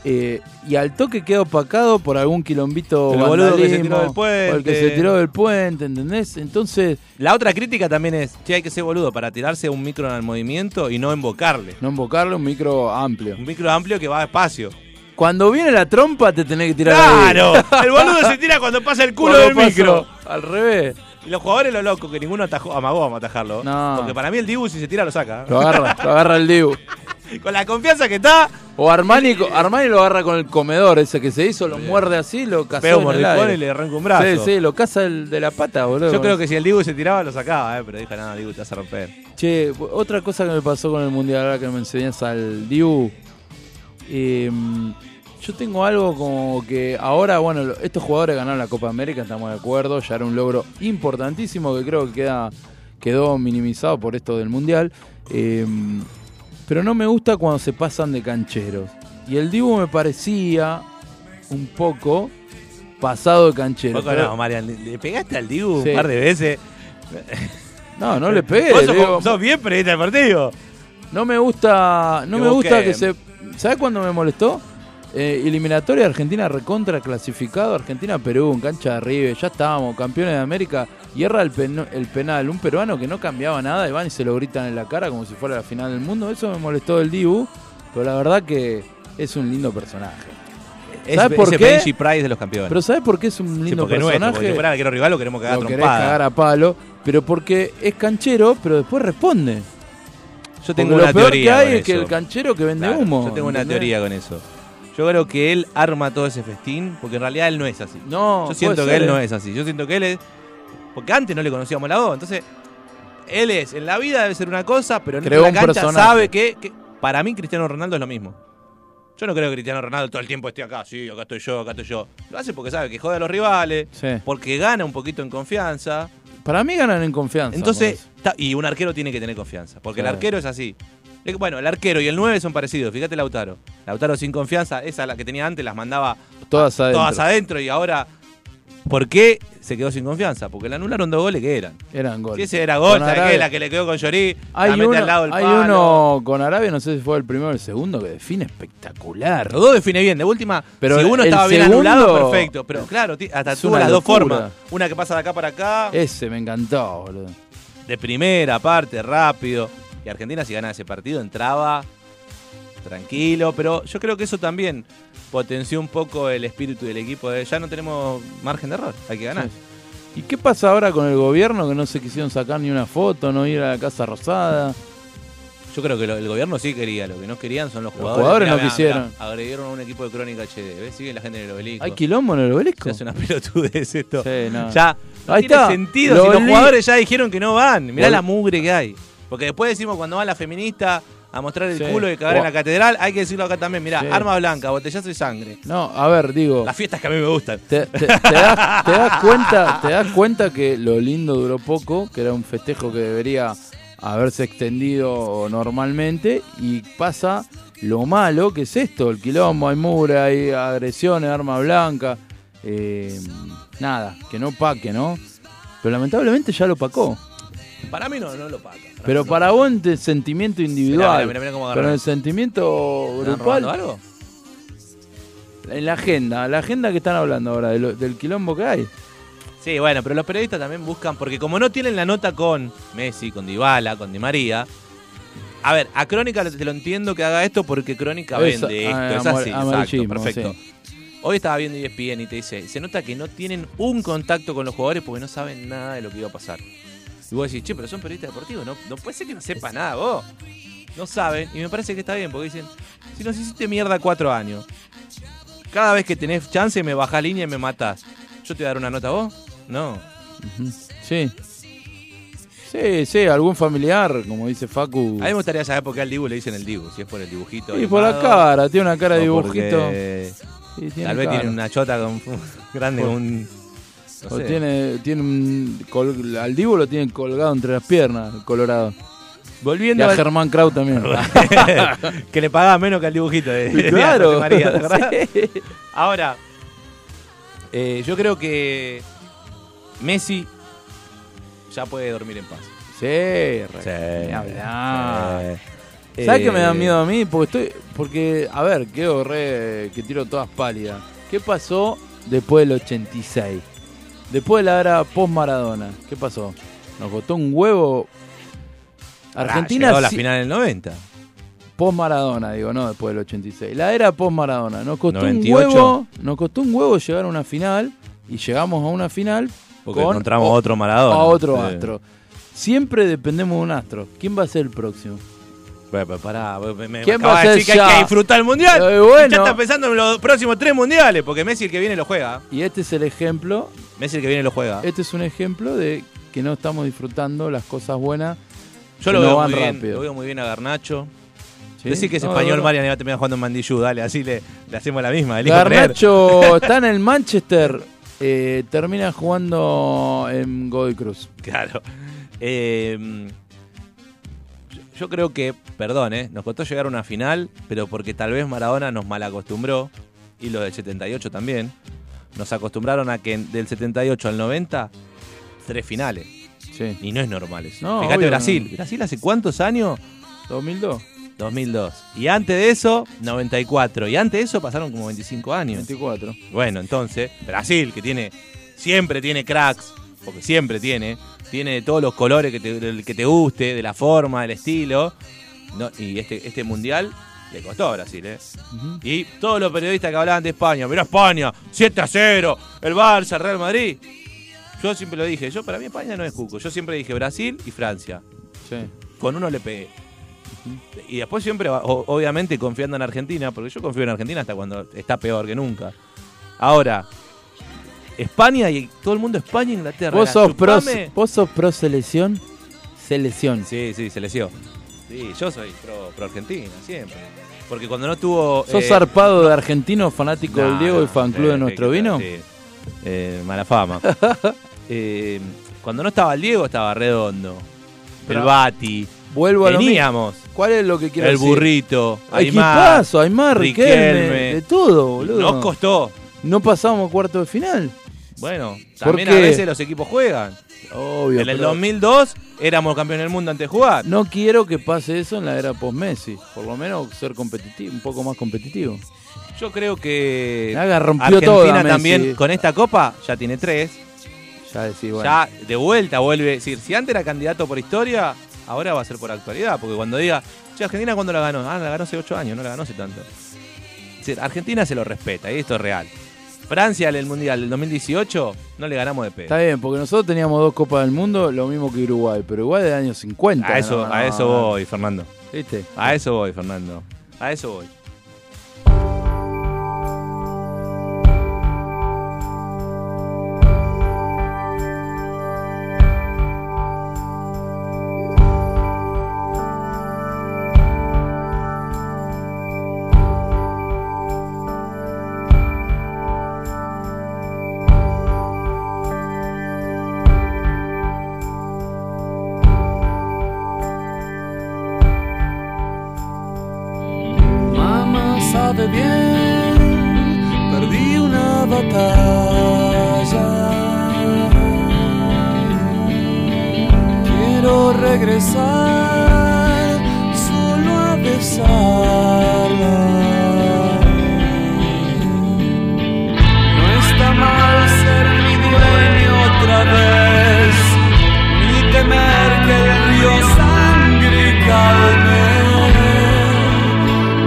Speaker 5: Eh, y al toque queda opacado por algún quilombito
Speaker 4: El boludo que se
Speaker 5: vandalismo,
Speaker 4: tiró del puente.
Speaker 5: o el que se tiró del puente, ¿entendés? Entonces,
Speaker 4: La otra crítica también es, che, hay que ser boludo para tirarse un micro al movimiento y no embocarle.
Speaker 5: no embocarlo, un micro amplio.
Speaker 4: Un micro amplio que va despacio.
Speaker 5: Cuando viene la trompa te tenés que tirar ahí.
Speaker 4: ¡Claro! El boludo se tira cuando pasa el culo
Speaker 5: Cuando
Speaker 4: del
Speaker 5: pasó,
Speaker 4: micro.
Speaker 5: Al revés.
Speaker 4: Y los jugadores lo loco, que ninguno atajó, amagó a atajarlo.
Speaker 5: No.
Speaker 4: Porque para mí el Dibu si se tira lo saca.
Speaker 5: Lo agarra, lo agarra el Dibu.
Speaker 4: Con la confianza que está,
Speaker 5: O Armani, Armani lo agarra con el comedor ese que se hizo, lo muerde así, lo cazó
Speaker 4: pega un
Speaker 5: en el
Speaker 4: mordiscón
Speaker 5: aire.
Speaker 4: y le arranca un brazo.
Speaker 5: Sí, sí, lo caza el de la pata, boludo.
Speaker 4: Yo creo que si el Dibu se tiraba lo sacaba, eh, pero dijo, no, Dibu te vas a romper.
Speaker 5: Che, otra cosa que me pasó con el mundial, ahora que me enseñas al Dibu. Em, yo tengo algo como que ahora, bueno, lo- estos jugadores ganaron la Copa América, estamos de acuerdo, ya era un logro importantísimo que creo que queda, quedó minimizado por esto del mundial. Em, pero no me gusta cuando se pasan de cancheros. Y el Dibu me parecía un poco pasado de canchero.
Speaker 4: Poco
Speaker 5: Pero-
Speaker 4: no, Marian, le- le pegaste al Dibu
Speaker 5: Sí.
Speaker 4: un par de veces.
Speaker 5: no, no le pegué.
Speaker 4: Eh, Vos sos,
Speaker 5: digo,
Speaker 4: sos bien periodista del partido.
Speaker 5: No me gusta. No
Speaker 4: Que
Speaker 5: me gusta
Speaker 4: busquen.
Speaker 5: que se. ¿Sabes cuándo me molestó? Eh, eliminatoria Argentina recontra clasificado Argentina-Perú en cancha de River, ya estábamos, campeones de América, y erra el, pen- el penal, un peruano que no cambiaba nada, y van y se lo gritan en la cara como si fuera la final del mundo, eso me molestó del Dibu, pero la verdad que es un lindo personaje.
Speaker 4: Es,
Speaker 5: ¿Sabes por
Speaker 4: ese
Speaker 5: qué?
Speaker 4: Benji Price de los campeones.
Speaker 5: Pero ¿sabes por qué es un
Speaker 4: Sí,
Speaker 5: lindo
Speaker 4: porque no es,
Speaker 5: personaje?
Speaker 4: porque si fuera arquero rival lo queremos cagar
Speaker 5: lo querés
Speaker 4: trompada.
Speaker 5: cagar a palo, pero porque es canchero, pero después responde.
Speaker 4: Yo tengo
Speaker 5: Porque
Speaker 4: una
Speaker 5: lo peor
Speaker 4: teoría
Speaker 5: que hay
Speaker 4: con
Speaker 5: es que
Speaker 4: eso.
Speaker 5: el canchero que vende
Speaker 4: Claro,
Speaker 5: humo.
Speaker 4: Yo tengo una
Speaker 5: ¿entendés?
Speaker 4: teoría con eso. Yo creo que él arma todo ese festín porque en realidad él no es así.
Speaker 5: No,
Speaker 4: yo siento
Speaker 5: puede
Speaker 4: que
Speaker 5: ser,
Speaker 4: él no
Speaker 5: eh.
Speaker 4: es así. Yo siento que él es. Porque antes no le conocíamos la voz. Entonces, él es. En la vida debe ser una cosa, pero en
Speaker 5: Creó
Speaker 4: la
Speaker 5: un
Speaker 4: cancha
Speaker 5: personaje.
Speaker 4: sabe que, que- Para mí, Cristiano Ronaldo es lo mismo. Yo no creo que Cristiano Ronaldo todo el tiempo esté acá. Sí, acá estoy yo, acá estoy yo. Lo hace porque sabe que jode a los rivales.
Speaker 5: Sí.
Speaker 4: Porque gana un poquito en confianza.
Speaker 5: Para mí ganan en confianza.
Speaker 4: Entonces,
Speaker 5: Morales.
Speaker 4: ta- y un arquero tiene que tener confianza, porque el
Speaker 5: Claro.
Speaker 4: arquero es así. Le- Bueno, el arquero y el 9 son parecidos, fíjate Lautaro. Lautaro sin confianza, esa la que tenía antes las mandaba
Speaker 5: todas adentro.
Speaker 4: ah, todas adentro y ahora ¿por qué se quedó sin confianza? Porque le anularon dos goles que eran.
Speaker 5: Eran goles.
Speaker 4: Si ese era gol,
Speaker 5: Con
Speaker 4: ¿sabés qué?
Speaker 5: Arabia-
Speaker 4: la que le quedó con Llorí,
Speaker 5: hay
Speaker 4: la mete
Speaker 5: uno,
Speaker 4: al lado del
Speaker 5: hay
Speaker 4: palo.
Speaker 5: uno con Arabia, no sé si fue el primero o el segundo, que define espectacular.
Speaker 4: Los dos define bien, de última,
Speaker 5: Pero
Speaker 4: si uno
Speaker 5: el
Speaker 4: estaba bien
Speaker 5: segundo-
Speaker 4: anulado, perfecto. Pero claro, ti- hasta
Speaker 5: Es
Speaker 4: tuvo
Speaker 5: una
Speaker 4: las dos
Speaker 5: locura.
Speaker 4: formas. Una que pasa de acá para acá,
Speaker 5: Ese me encantó, boludo.
Speaker 4: de primera, aparte, rápido. Y Argentina, si gana ese partido, entraba tranquilo. Pero yo creo que eso también potenció un poco el espíritu del equipo. De, ya no tenemos margen de error, hay que ganar.
Speaker 5: ¿Y qué pasa ahora con el gobierno que no se quisieron sacar ni una foto, no ir a la Casa Rosada?
Speaker 4: Yo creo que lo- el gobierno sí quería, lo que no querían son los jugadores.
Speaker 5: jugadores no
Speaker 4: mirá,
Speaker 5: quisieron.
Speaker 4: mirá, agredieron a un equipo de Crónica HD. ¿Ves? Sigue la gente en el obelisco.
Speaker 5: ¿Hay quilombo en el obelisco?
Speaker 4: Se hace una pelotudez esto.
Speaker 5: Sí, no.
Speaker 4: Ya, no
Speaker 5: Ahí
Speaker 4: tiene
Speaker 5: está.
Speaker 4: sentido
Speaker 5: Lo
Speaker 4: si los
Speaker 5: li-
Speaker 4: jugadores ya dijeron que no van. Mirá
Speaker 5: Lo-
Speaker 4: la mugre que hay. Porque después decimos cuando va la feminista a mostrar el
Speaker 5: Sí.
Speaker 4: culo y cagar
Speaker 5: O-
Speaker 4: en la catedral, hay que decirlo acá también. Mirá,
Speaker 5: Sí.
Speaker 4: arma blanca, botellazo y sangre.
Speaker 5: No, a ver, digo.
Speaker 4: Las fiestas que a mí me gustan.
Speaker 5: Te, te- te das, te das cuenta, te das cuenta que lo lindo duró poco, que era un festejo que debería haberse extendido normalmente y pasa lo malo que es esto, el quilombo, hay mura, hay agresiones, arma blanca, eh, nada, que no paque, ¿no? Pero lamentablemente ya lo pacó.
Speaker 4: Para mí no, no lo paga. Para
Speaker 5: Pero
Speaker 4: mí no.
Speaker 5: para vos en el sentimiento individual,
Speaker 4: Mirá, mirá, mirá cómo agarra.
Speaker 5: pero en el sentimiento
Speaker 4: ¿Están robando
Speaker 5: grupal,
Speaker 4: algo?
Speaker 5: en la agenda, la agenda que están hablando ahora, de lo- del quilombo que hay.
Speaker 4: Sí, bueno, pero los periodistas también buscan, porque como no tienen la nota con Messi, con Dybala, con Di María. A ver, a Crónica te lo entiendo que haga esto porque Crónica
Speaker 5: Es-
Speaker 4: vende esto,
Speaker 5: ah,
Speaker 4: es
Speaker 5: amor-
Speaker 4: así, exacto,
Speaker 5: amarillismo,
Speaker 4: perfecto. Hoy estaba viendo E ESPN y te dice, se nota que no tienen un contacto con los jugadores porque no saben nada de lo que iba a pasar. Y vos decís, che, pero son periodistas deportivos, no, no puede ser que no sepas nada vos. No saben, y me parece que está bien, porque dicen, si nos hiciste mierda cuatro años, cada vez que tenés chance me bajás línea y me matás. ¿Yo te voy a dar una nota a vos? No.
Speaker 5: Sí. Sí, sí, algún familiar, como dice Facu.
Speaker 4: A mí me gustaría saber por qué al Dibu le dicen el Dibu, si es por el dibujito.
Speaker 5: Y por la
Speaker 4: animado,
Speaker 5: cara, tiene una cara de
Speaker 4: o
Speaker 5: dibujito.
Speaker 4: porque
Speaker 5: Sí, tiene
Speaker 4: Tal vez
Speaker 5: cara.
Speaker 4: tiene una chota con, grande, con un... no
Speaker 5: O
Speaker 4: sé.
Speaker 5: tiene, tiene un col- al Divo lo tienen colgado entre las piernas, el Colorado. Y
Speaker 4: Volviendo
Speaker 5: a
Speaker 4: al-
Speaker 5: Germán Krau también.
Speaker 4: que le pagaba menos que al dibujito de, de
Speaker 5: claro.
Speaker 4: Ave María, ¿te acordás?
Speaker 5: Sí.
Speaker 4: Ahora, eh, yo creo que Messi ya puede dormir en paz.
Speaker 5: Sí, re-
Speaker 4: Sí.
Speaker 5: ni hablar.
Speaker 4: Sí.
Speaker 5: ¿Sabes qué me da
Speaker 4: Eh,
Speaker 5: miedo a mí? Porque estoy. Porque, a ver, quedo re. que tiro todas pálidas. ¿Qué pasó después del 86? Después de la era post-Maradona. ¿Qué pasó? Nos costó un huevo.
Speaker 4: pará,
Speaker 5: Argentina.
Speaker 4: Eh, llegó a la
Speaker 5: sí-
Speaker 4: final del 90.
Speaker 5: Post-Maradona, digo, no después del 86. La era post-Maradona. Nos costó
Speaker 4: 98.
Speaker 5: un huevo. Nos costó un huevo llegar a una final. Y llegamos a una final.
Speaker 4: Porque
Speaker 5: con
Speaker 4: encontramos
Speaker 5: o-
Speaker 4: otro Maradona.
Speaker 5: A otro
Speaker 4: Sí.
Speaker 5: astro. Siempre dependemos de un astro. ¿Quién va a ser el próximo?
Speaker 4: Bueno, pero pará, vos me, me
Speaker 5: ¿Quién
Speaker 4: acabas
Speaker 5: va a
Speaker 4: de
Speaker 5: ser
Speaker 4: decir que hay
Speaker 5: ya?
Speaker 4: que disfrutar el mundial.
Speaker 5: Eh,
Speaker 4: Y
Speaker 5: bueno.
Speaker 4: Ya está pensando en los próximos tres mundiales, porque Messi el que viene lo juega.
Speaker 5: Y este es el ejemplo.
Speaker 4: Messi el que viene lo juega.
Speaker 5: Este es un ejemplo de que no estamos disfrutando las cosas buenas.
Speaker 4: Yo lo,
Speaker 5: no
Speaker 4: veo
Speaker 5: van
Speaker 4: muy bien,
Speaker 5: rápido.
Speaker 4: lo veo muy bien a Garnacho.
Speaker 5: ¿sí?
Speaker 4: Decir que es
Speaker 5: No,
Speaker 4: español,
Speaker 5: no, no.
Speaker 4: Marian, y va a terminar jugando en Mandillú, dale, así le, le hacemos la misma. elijo
Speaker 5: Garnacho está en el Manchester. eh, termina jugando en Godoy Cruz.
Speaker 4: creer. Claro. Eh, yo- yo creo que, perdón, eh, nos costó llegar a una final, pero porque tal vez Maradona nos malacostumbró, y lo del 78 también, nos acostumbraron a que en- del 78 al 90, tres finales.
Speaker 5: Sí.
Speaker 4: Y no es normal eso.
Speaker 5: No,
Speaker 4: Fíjate
Speaker 5: obvio,
Speaker 4: Brasil.
Speaker 5: no.
Speaker 4: Brasil hace cuántos años?
Speaker 5: 2002.
Speaker 4: 2002. Y antes de eso, 94. Y antes de eso pasaron como 25 años.
Speaker 5: 24.
Speaker 4: Bueno, entonces, Brasil, que tiene, siempre tiene cracks, porque siempre tiene, tiene de todos los colores que te, del que te guste, de la forma, del estilo. No, y este, este mundial le costó a Brasil, ¿eh?
Speaker 5: Ujú.
Speaker 4: Y todos los periodistas que hablaban de España, mirá España, 7 a 0, el Barça, el Real Madrid. Yo siempre lo dije, yo para mí España no es cuco. Yo siempre dije Brasil y Francia.
Speaker 5: Sí.
Speaker 4: Con uno le pegué. Y después siempre, va- o- obviamente, confiando en Argentina, porque yo confío en Argentina hasta cuando está peor que nunca. Ahora, España y todo el mundo España e Inglaterra.
Speaker 5: ¿Vos
Speaker 4: la
Speaker 5: sos, pro,
Speaker 4: chupame.
Speaker 5: vos sos pro selección. Selección.
Speaker 4: Sí, sí, se lesió. Sí, yo soy pro, pro Argentina, siempre. Porque cuando no tuvo.
Speaker 5: ¿Sos
Speaker 4: eh,
Speaker 5: zarpado de argentino, fanático del
Speaker 4: No,
Speaker 5: Diego y
Speaker 4: no,
Speaker 5: fan club
Speaker 4: sí,
Speaker 5: de nuestro
Speaker 4: sí,
Speaker 5: vino?
Speaker 4: sí. Eh, mala fama. Eh, cuando no estaba el Diego, estaba Redondo. El
Speaker 5: Pero-
Speaker 4: Bati.
Speaker 5: Vuelvo a lo mismo.
Speaker 4: Teníamos.
Speaker 5: ¿Cuál es lo que quiero
Speaker 4: El
Speaker 5: decir?
Speaker 4: burrito. Aymar.
Speaker 5: Equipazo, Aymar, Riquelme,
Speaker 4: Riquelme.
Speaker 5: de todo, boludo.
Speaker 4: Nos costó.
Speaker 5: No pasamos cuarto de final.
Speaker 4: Bueno,
Speaker 5: ¿Por
Speaker 4: también a
Speaker 5: qué?
Speaker 4: veces los equipos juegan.
Speaker 5: Obvio.
Speaker 4: en el
Speaker 5: pero
Speaker 4: 2002 éramos campeón del mundo antes de jugar.
Speaker 5: No quiero que pase eso en la era post-Messi. Por lo menos ser competitivo, un poco más competitivo.
Speaker 4: Yo creo que
Speaker 5: Naga rompió
Speaker 4: Argentina
Speaker 5: toda, Messi.
Speaker 4: también con esta copa ya tiene tres.
Speaker 5: Ya decís, bueno.
Speaker 4: Ya de vuelta vuelve. Es decir, si antes era candidato por historia, ahora va a ser por actualidad. Porque cuando diga, che, Argentina cuando la ganó, ah, la ganó hace ocho años, no la ganó hace tanto. Es decir, Argentina se lo respeta, y esto es real. Francia en el Mundial del 2018 no le ganamos de pedo.
Speaker 5: Está bien, porque nosotros teníamos dos Copas del Mundo, lo mismo que Uruguay, pero Uruguay del año 50.
Speaker 4: A Ah, eso,
Speaker 5: no, no,
Speaker 4: a eso
Speaker 5: no.
Speaker 4: voy, Fernando.
Speaker 5: ¿Viste?
Speaker 4: A eso voy, Fernando. A eso voy.
Speaker 9: sabe bien, perdí una batalla. Quiero regresar solo a besarla. No está mal ser mi dueño otra vez, ni temer que el río sangre calme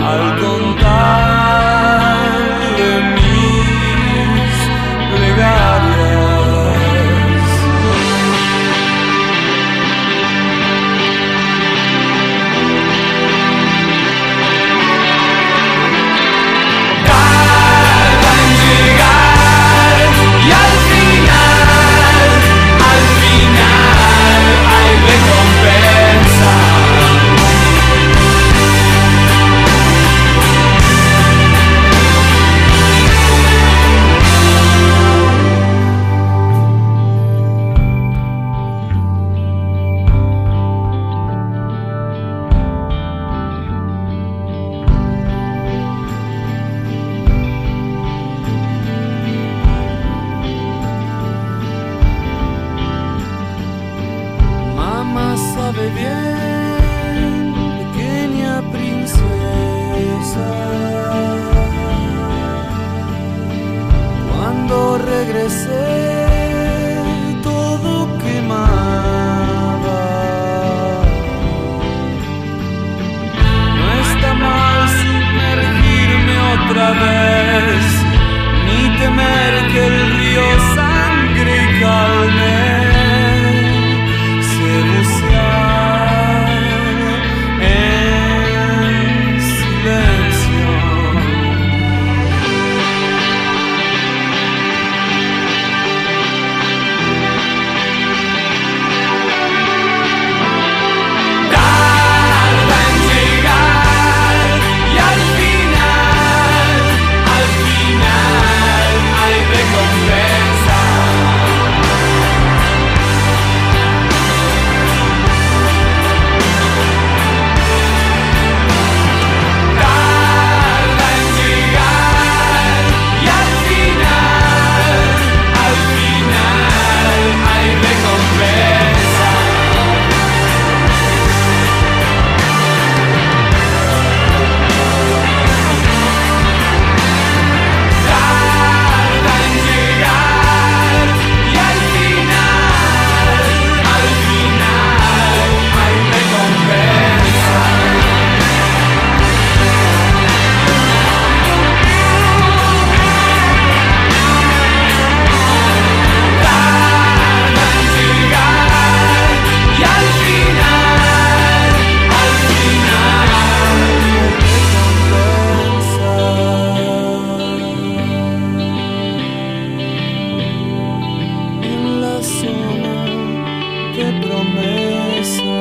Speaker 9: al contar de mis plegarias. Y al final, al final hay recompensa. Mamá sabe bien, pequeña princesa. Cuando regresé, todo quemaba. No está mal sumergirme otra vez, ni temer que el río sangre calme seduciar en silencio. Tarda en llegar y al final, al final hay recompensa. Tarda en llegar y al final, al final hay recompensa. Tarda en llegar y al final, al final hay recompensa. llegar y al final, al final en la zona de promesa.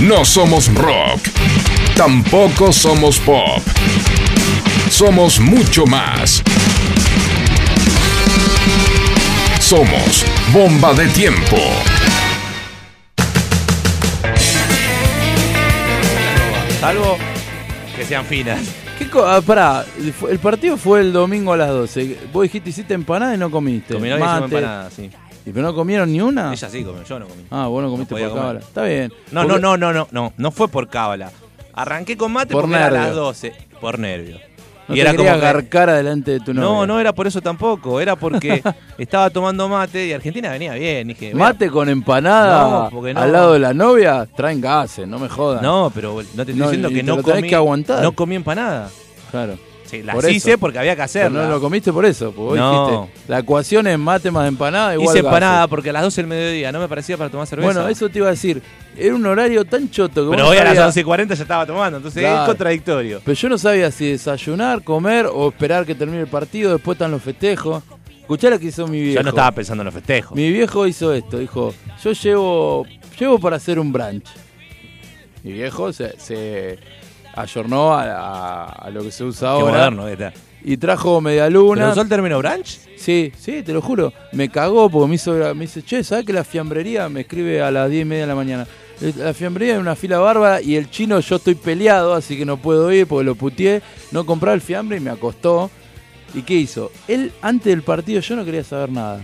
Speaker 1: No somos rock, tampoco somos pop. Somos mucho más. Somos Bomba de Tiempo.
Speaker 4: Salvo que sean finas.
Speaker 5: ¿Qué co- ah, pará, fue- el partido fue el domingo a las 12. Vos dijiste, hiciste empanada y no comiste.
Speaker 4: Con mi novia hicimos
Speaker 5: Mate.
Speaker 4: empanadas, sí.
Speaker 5: ¿Y pero no comieron ni una?
Speaker 4: Ella sí comió, yo no comí.
Speaker 5: Ah, vos no comiste
Speaker 4: podía
Speaker 5: por
Speaker 4: comer.
Speaker 5: cábala. Está bien.
Speaker 4: No, no, no, no, no, no, no fue por cábala. Arranqué con mate
Speaker 5: Por
Speaker 4: porque era a las
Speaker 5: nervio.
Speaker 4: 12, por nervio.
Speaker 5: No te quería
Speaker 4: que-
Speaker 5: agarcar adelante de tu novia.
Speaker 4: No, no era por eso tampoco, era porque estaba tomando mate y Argentina venía bien, dije. mira,
Speaker 5: Mate con empanada
Speaker 4: No, porque no.
Speaker 5: al lado de la novia, traen gases, no me jodas.
Speaker 4: No, pero no te estoy
Speaker 5: ah. No,
Speaker 4: diciendo
Speaker 5: y
Speaker 4: que
Speaker 5: te
Speaker 4: no
Speaker 5: lo tenés
Speaker 4: comí
Speaker 5: que aguantar.
Speaker 4: no comí empanada.
Speaker 5: Claro.
Speaker 4: Sí, las
Speaker 5: Por eso.
Speaker 4: hice porque había que
Speaker 5: Pero
Speaker 4: hacerla.
Speaker 5: no lo comiste por eso, porque vos
Speaker 4: No.
Speaker 5: dijiste, la ecuación es mate más empanada igual
Speaker 4: hice
Speaker 5: gases.
Speaker 4: empanada porque a las 12 del mediodía no me parecía para tomar cerveza.
Speaker 5: Bueno, eso te iba a decir, era un horario tan choto que vos
Speaker 4: Pero
Speaker 5: no
Speaker 4: hoy a las
Speaker 5: sabías-
Speaker 4: 11.40 ya estaba tomando, entonces es
Speaker 5: Claro.
Speaker 4: contradictorio.
Speaker 5: Pero yo no sabía si desayunar, comer o esperar que termine el partido, después están los festejos. Escuchá lo que hizo mi viejo.
Speaker 4: Yo no estaba pensando en los festejos.
Speaker 5: Mi viejo hizo esto, dijo, yo llevo, llevo para hacer un brunch. Mi viejo se, se ayornó a, a- a lo que se
Speaker 4: Qué
Speaker 5: usa ahora.
Speaker 4: moderno que está.
Speaker 5: Y trajo media
Speaker 4: ¿Pero
Speaker 5: luna.
Speaker 4: usó el término brunch?
Speaker 5: Sí, sí, te lo juro. Me cagó porque me hizo, me dice, che, ¿sabes que la fiambrería me escribe a las 10 y media de la mañana? eh, la fiambrería hay una fila bárbara y el chino yo estoy peleado, así que no puedo ir porque lo puteé. No compraba el fiambre y me acostó. ¿Y qué hizo? Él, antes del partido, yo no quería saber nada.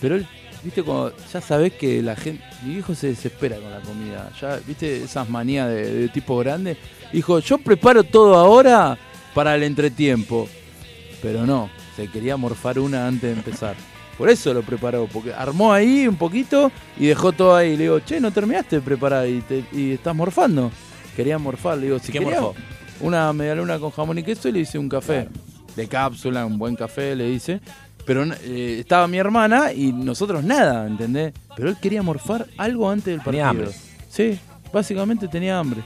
Speaker 5: Pero él, viste, cuando ya sabés que la gente. Mi hijo se desespera con la comida. Ya, viste, esas manías de, de tipo grande. Dijo, yo preparo todo ahora para el entretiempo. Pero no, se quería morfar una antes de empezar. Por eso lo preparó, porque armó ahí un poquito y dejó todo ahí. Le digo, che, no terminaste de preparar y, te- y estás morfando. Quería morfar, le digo, si
Speaker 4: ¿Qué
Speaker 5: quería
Speaker 4: morfó?
Speaker 5: una medialuna con jamón y queso y le hice un café. De cápsula, un buen café, le hice. Pero eh, estaba mi hermana y nosotros nada, ¿entendés? Pero él quería morfar algo antes del partido.
Speaker 4: Tenía hambre.
Speaker 5: Sí, básicamente tenía hambre.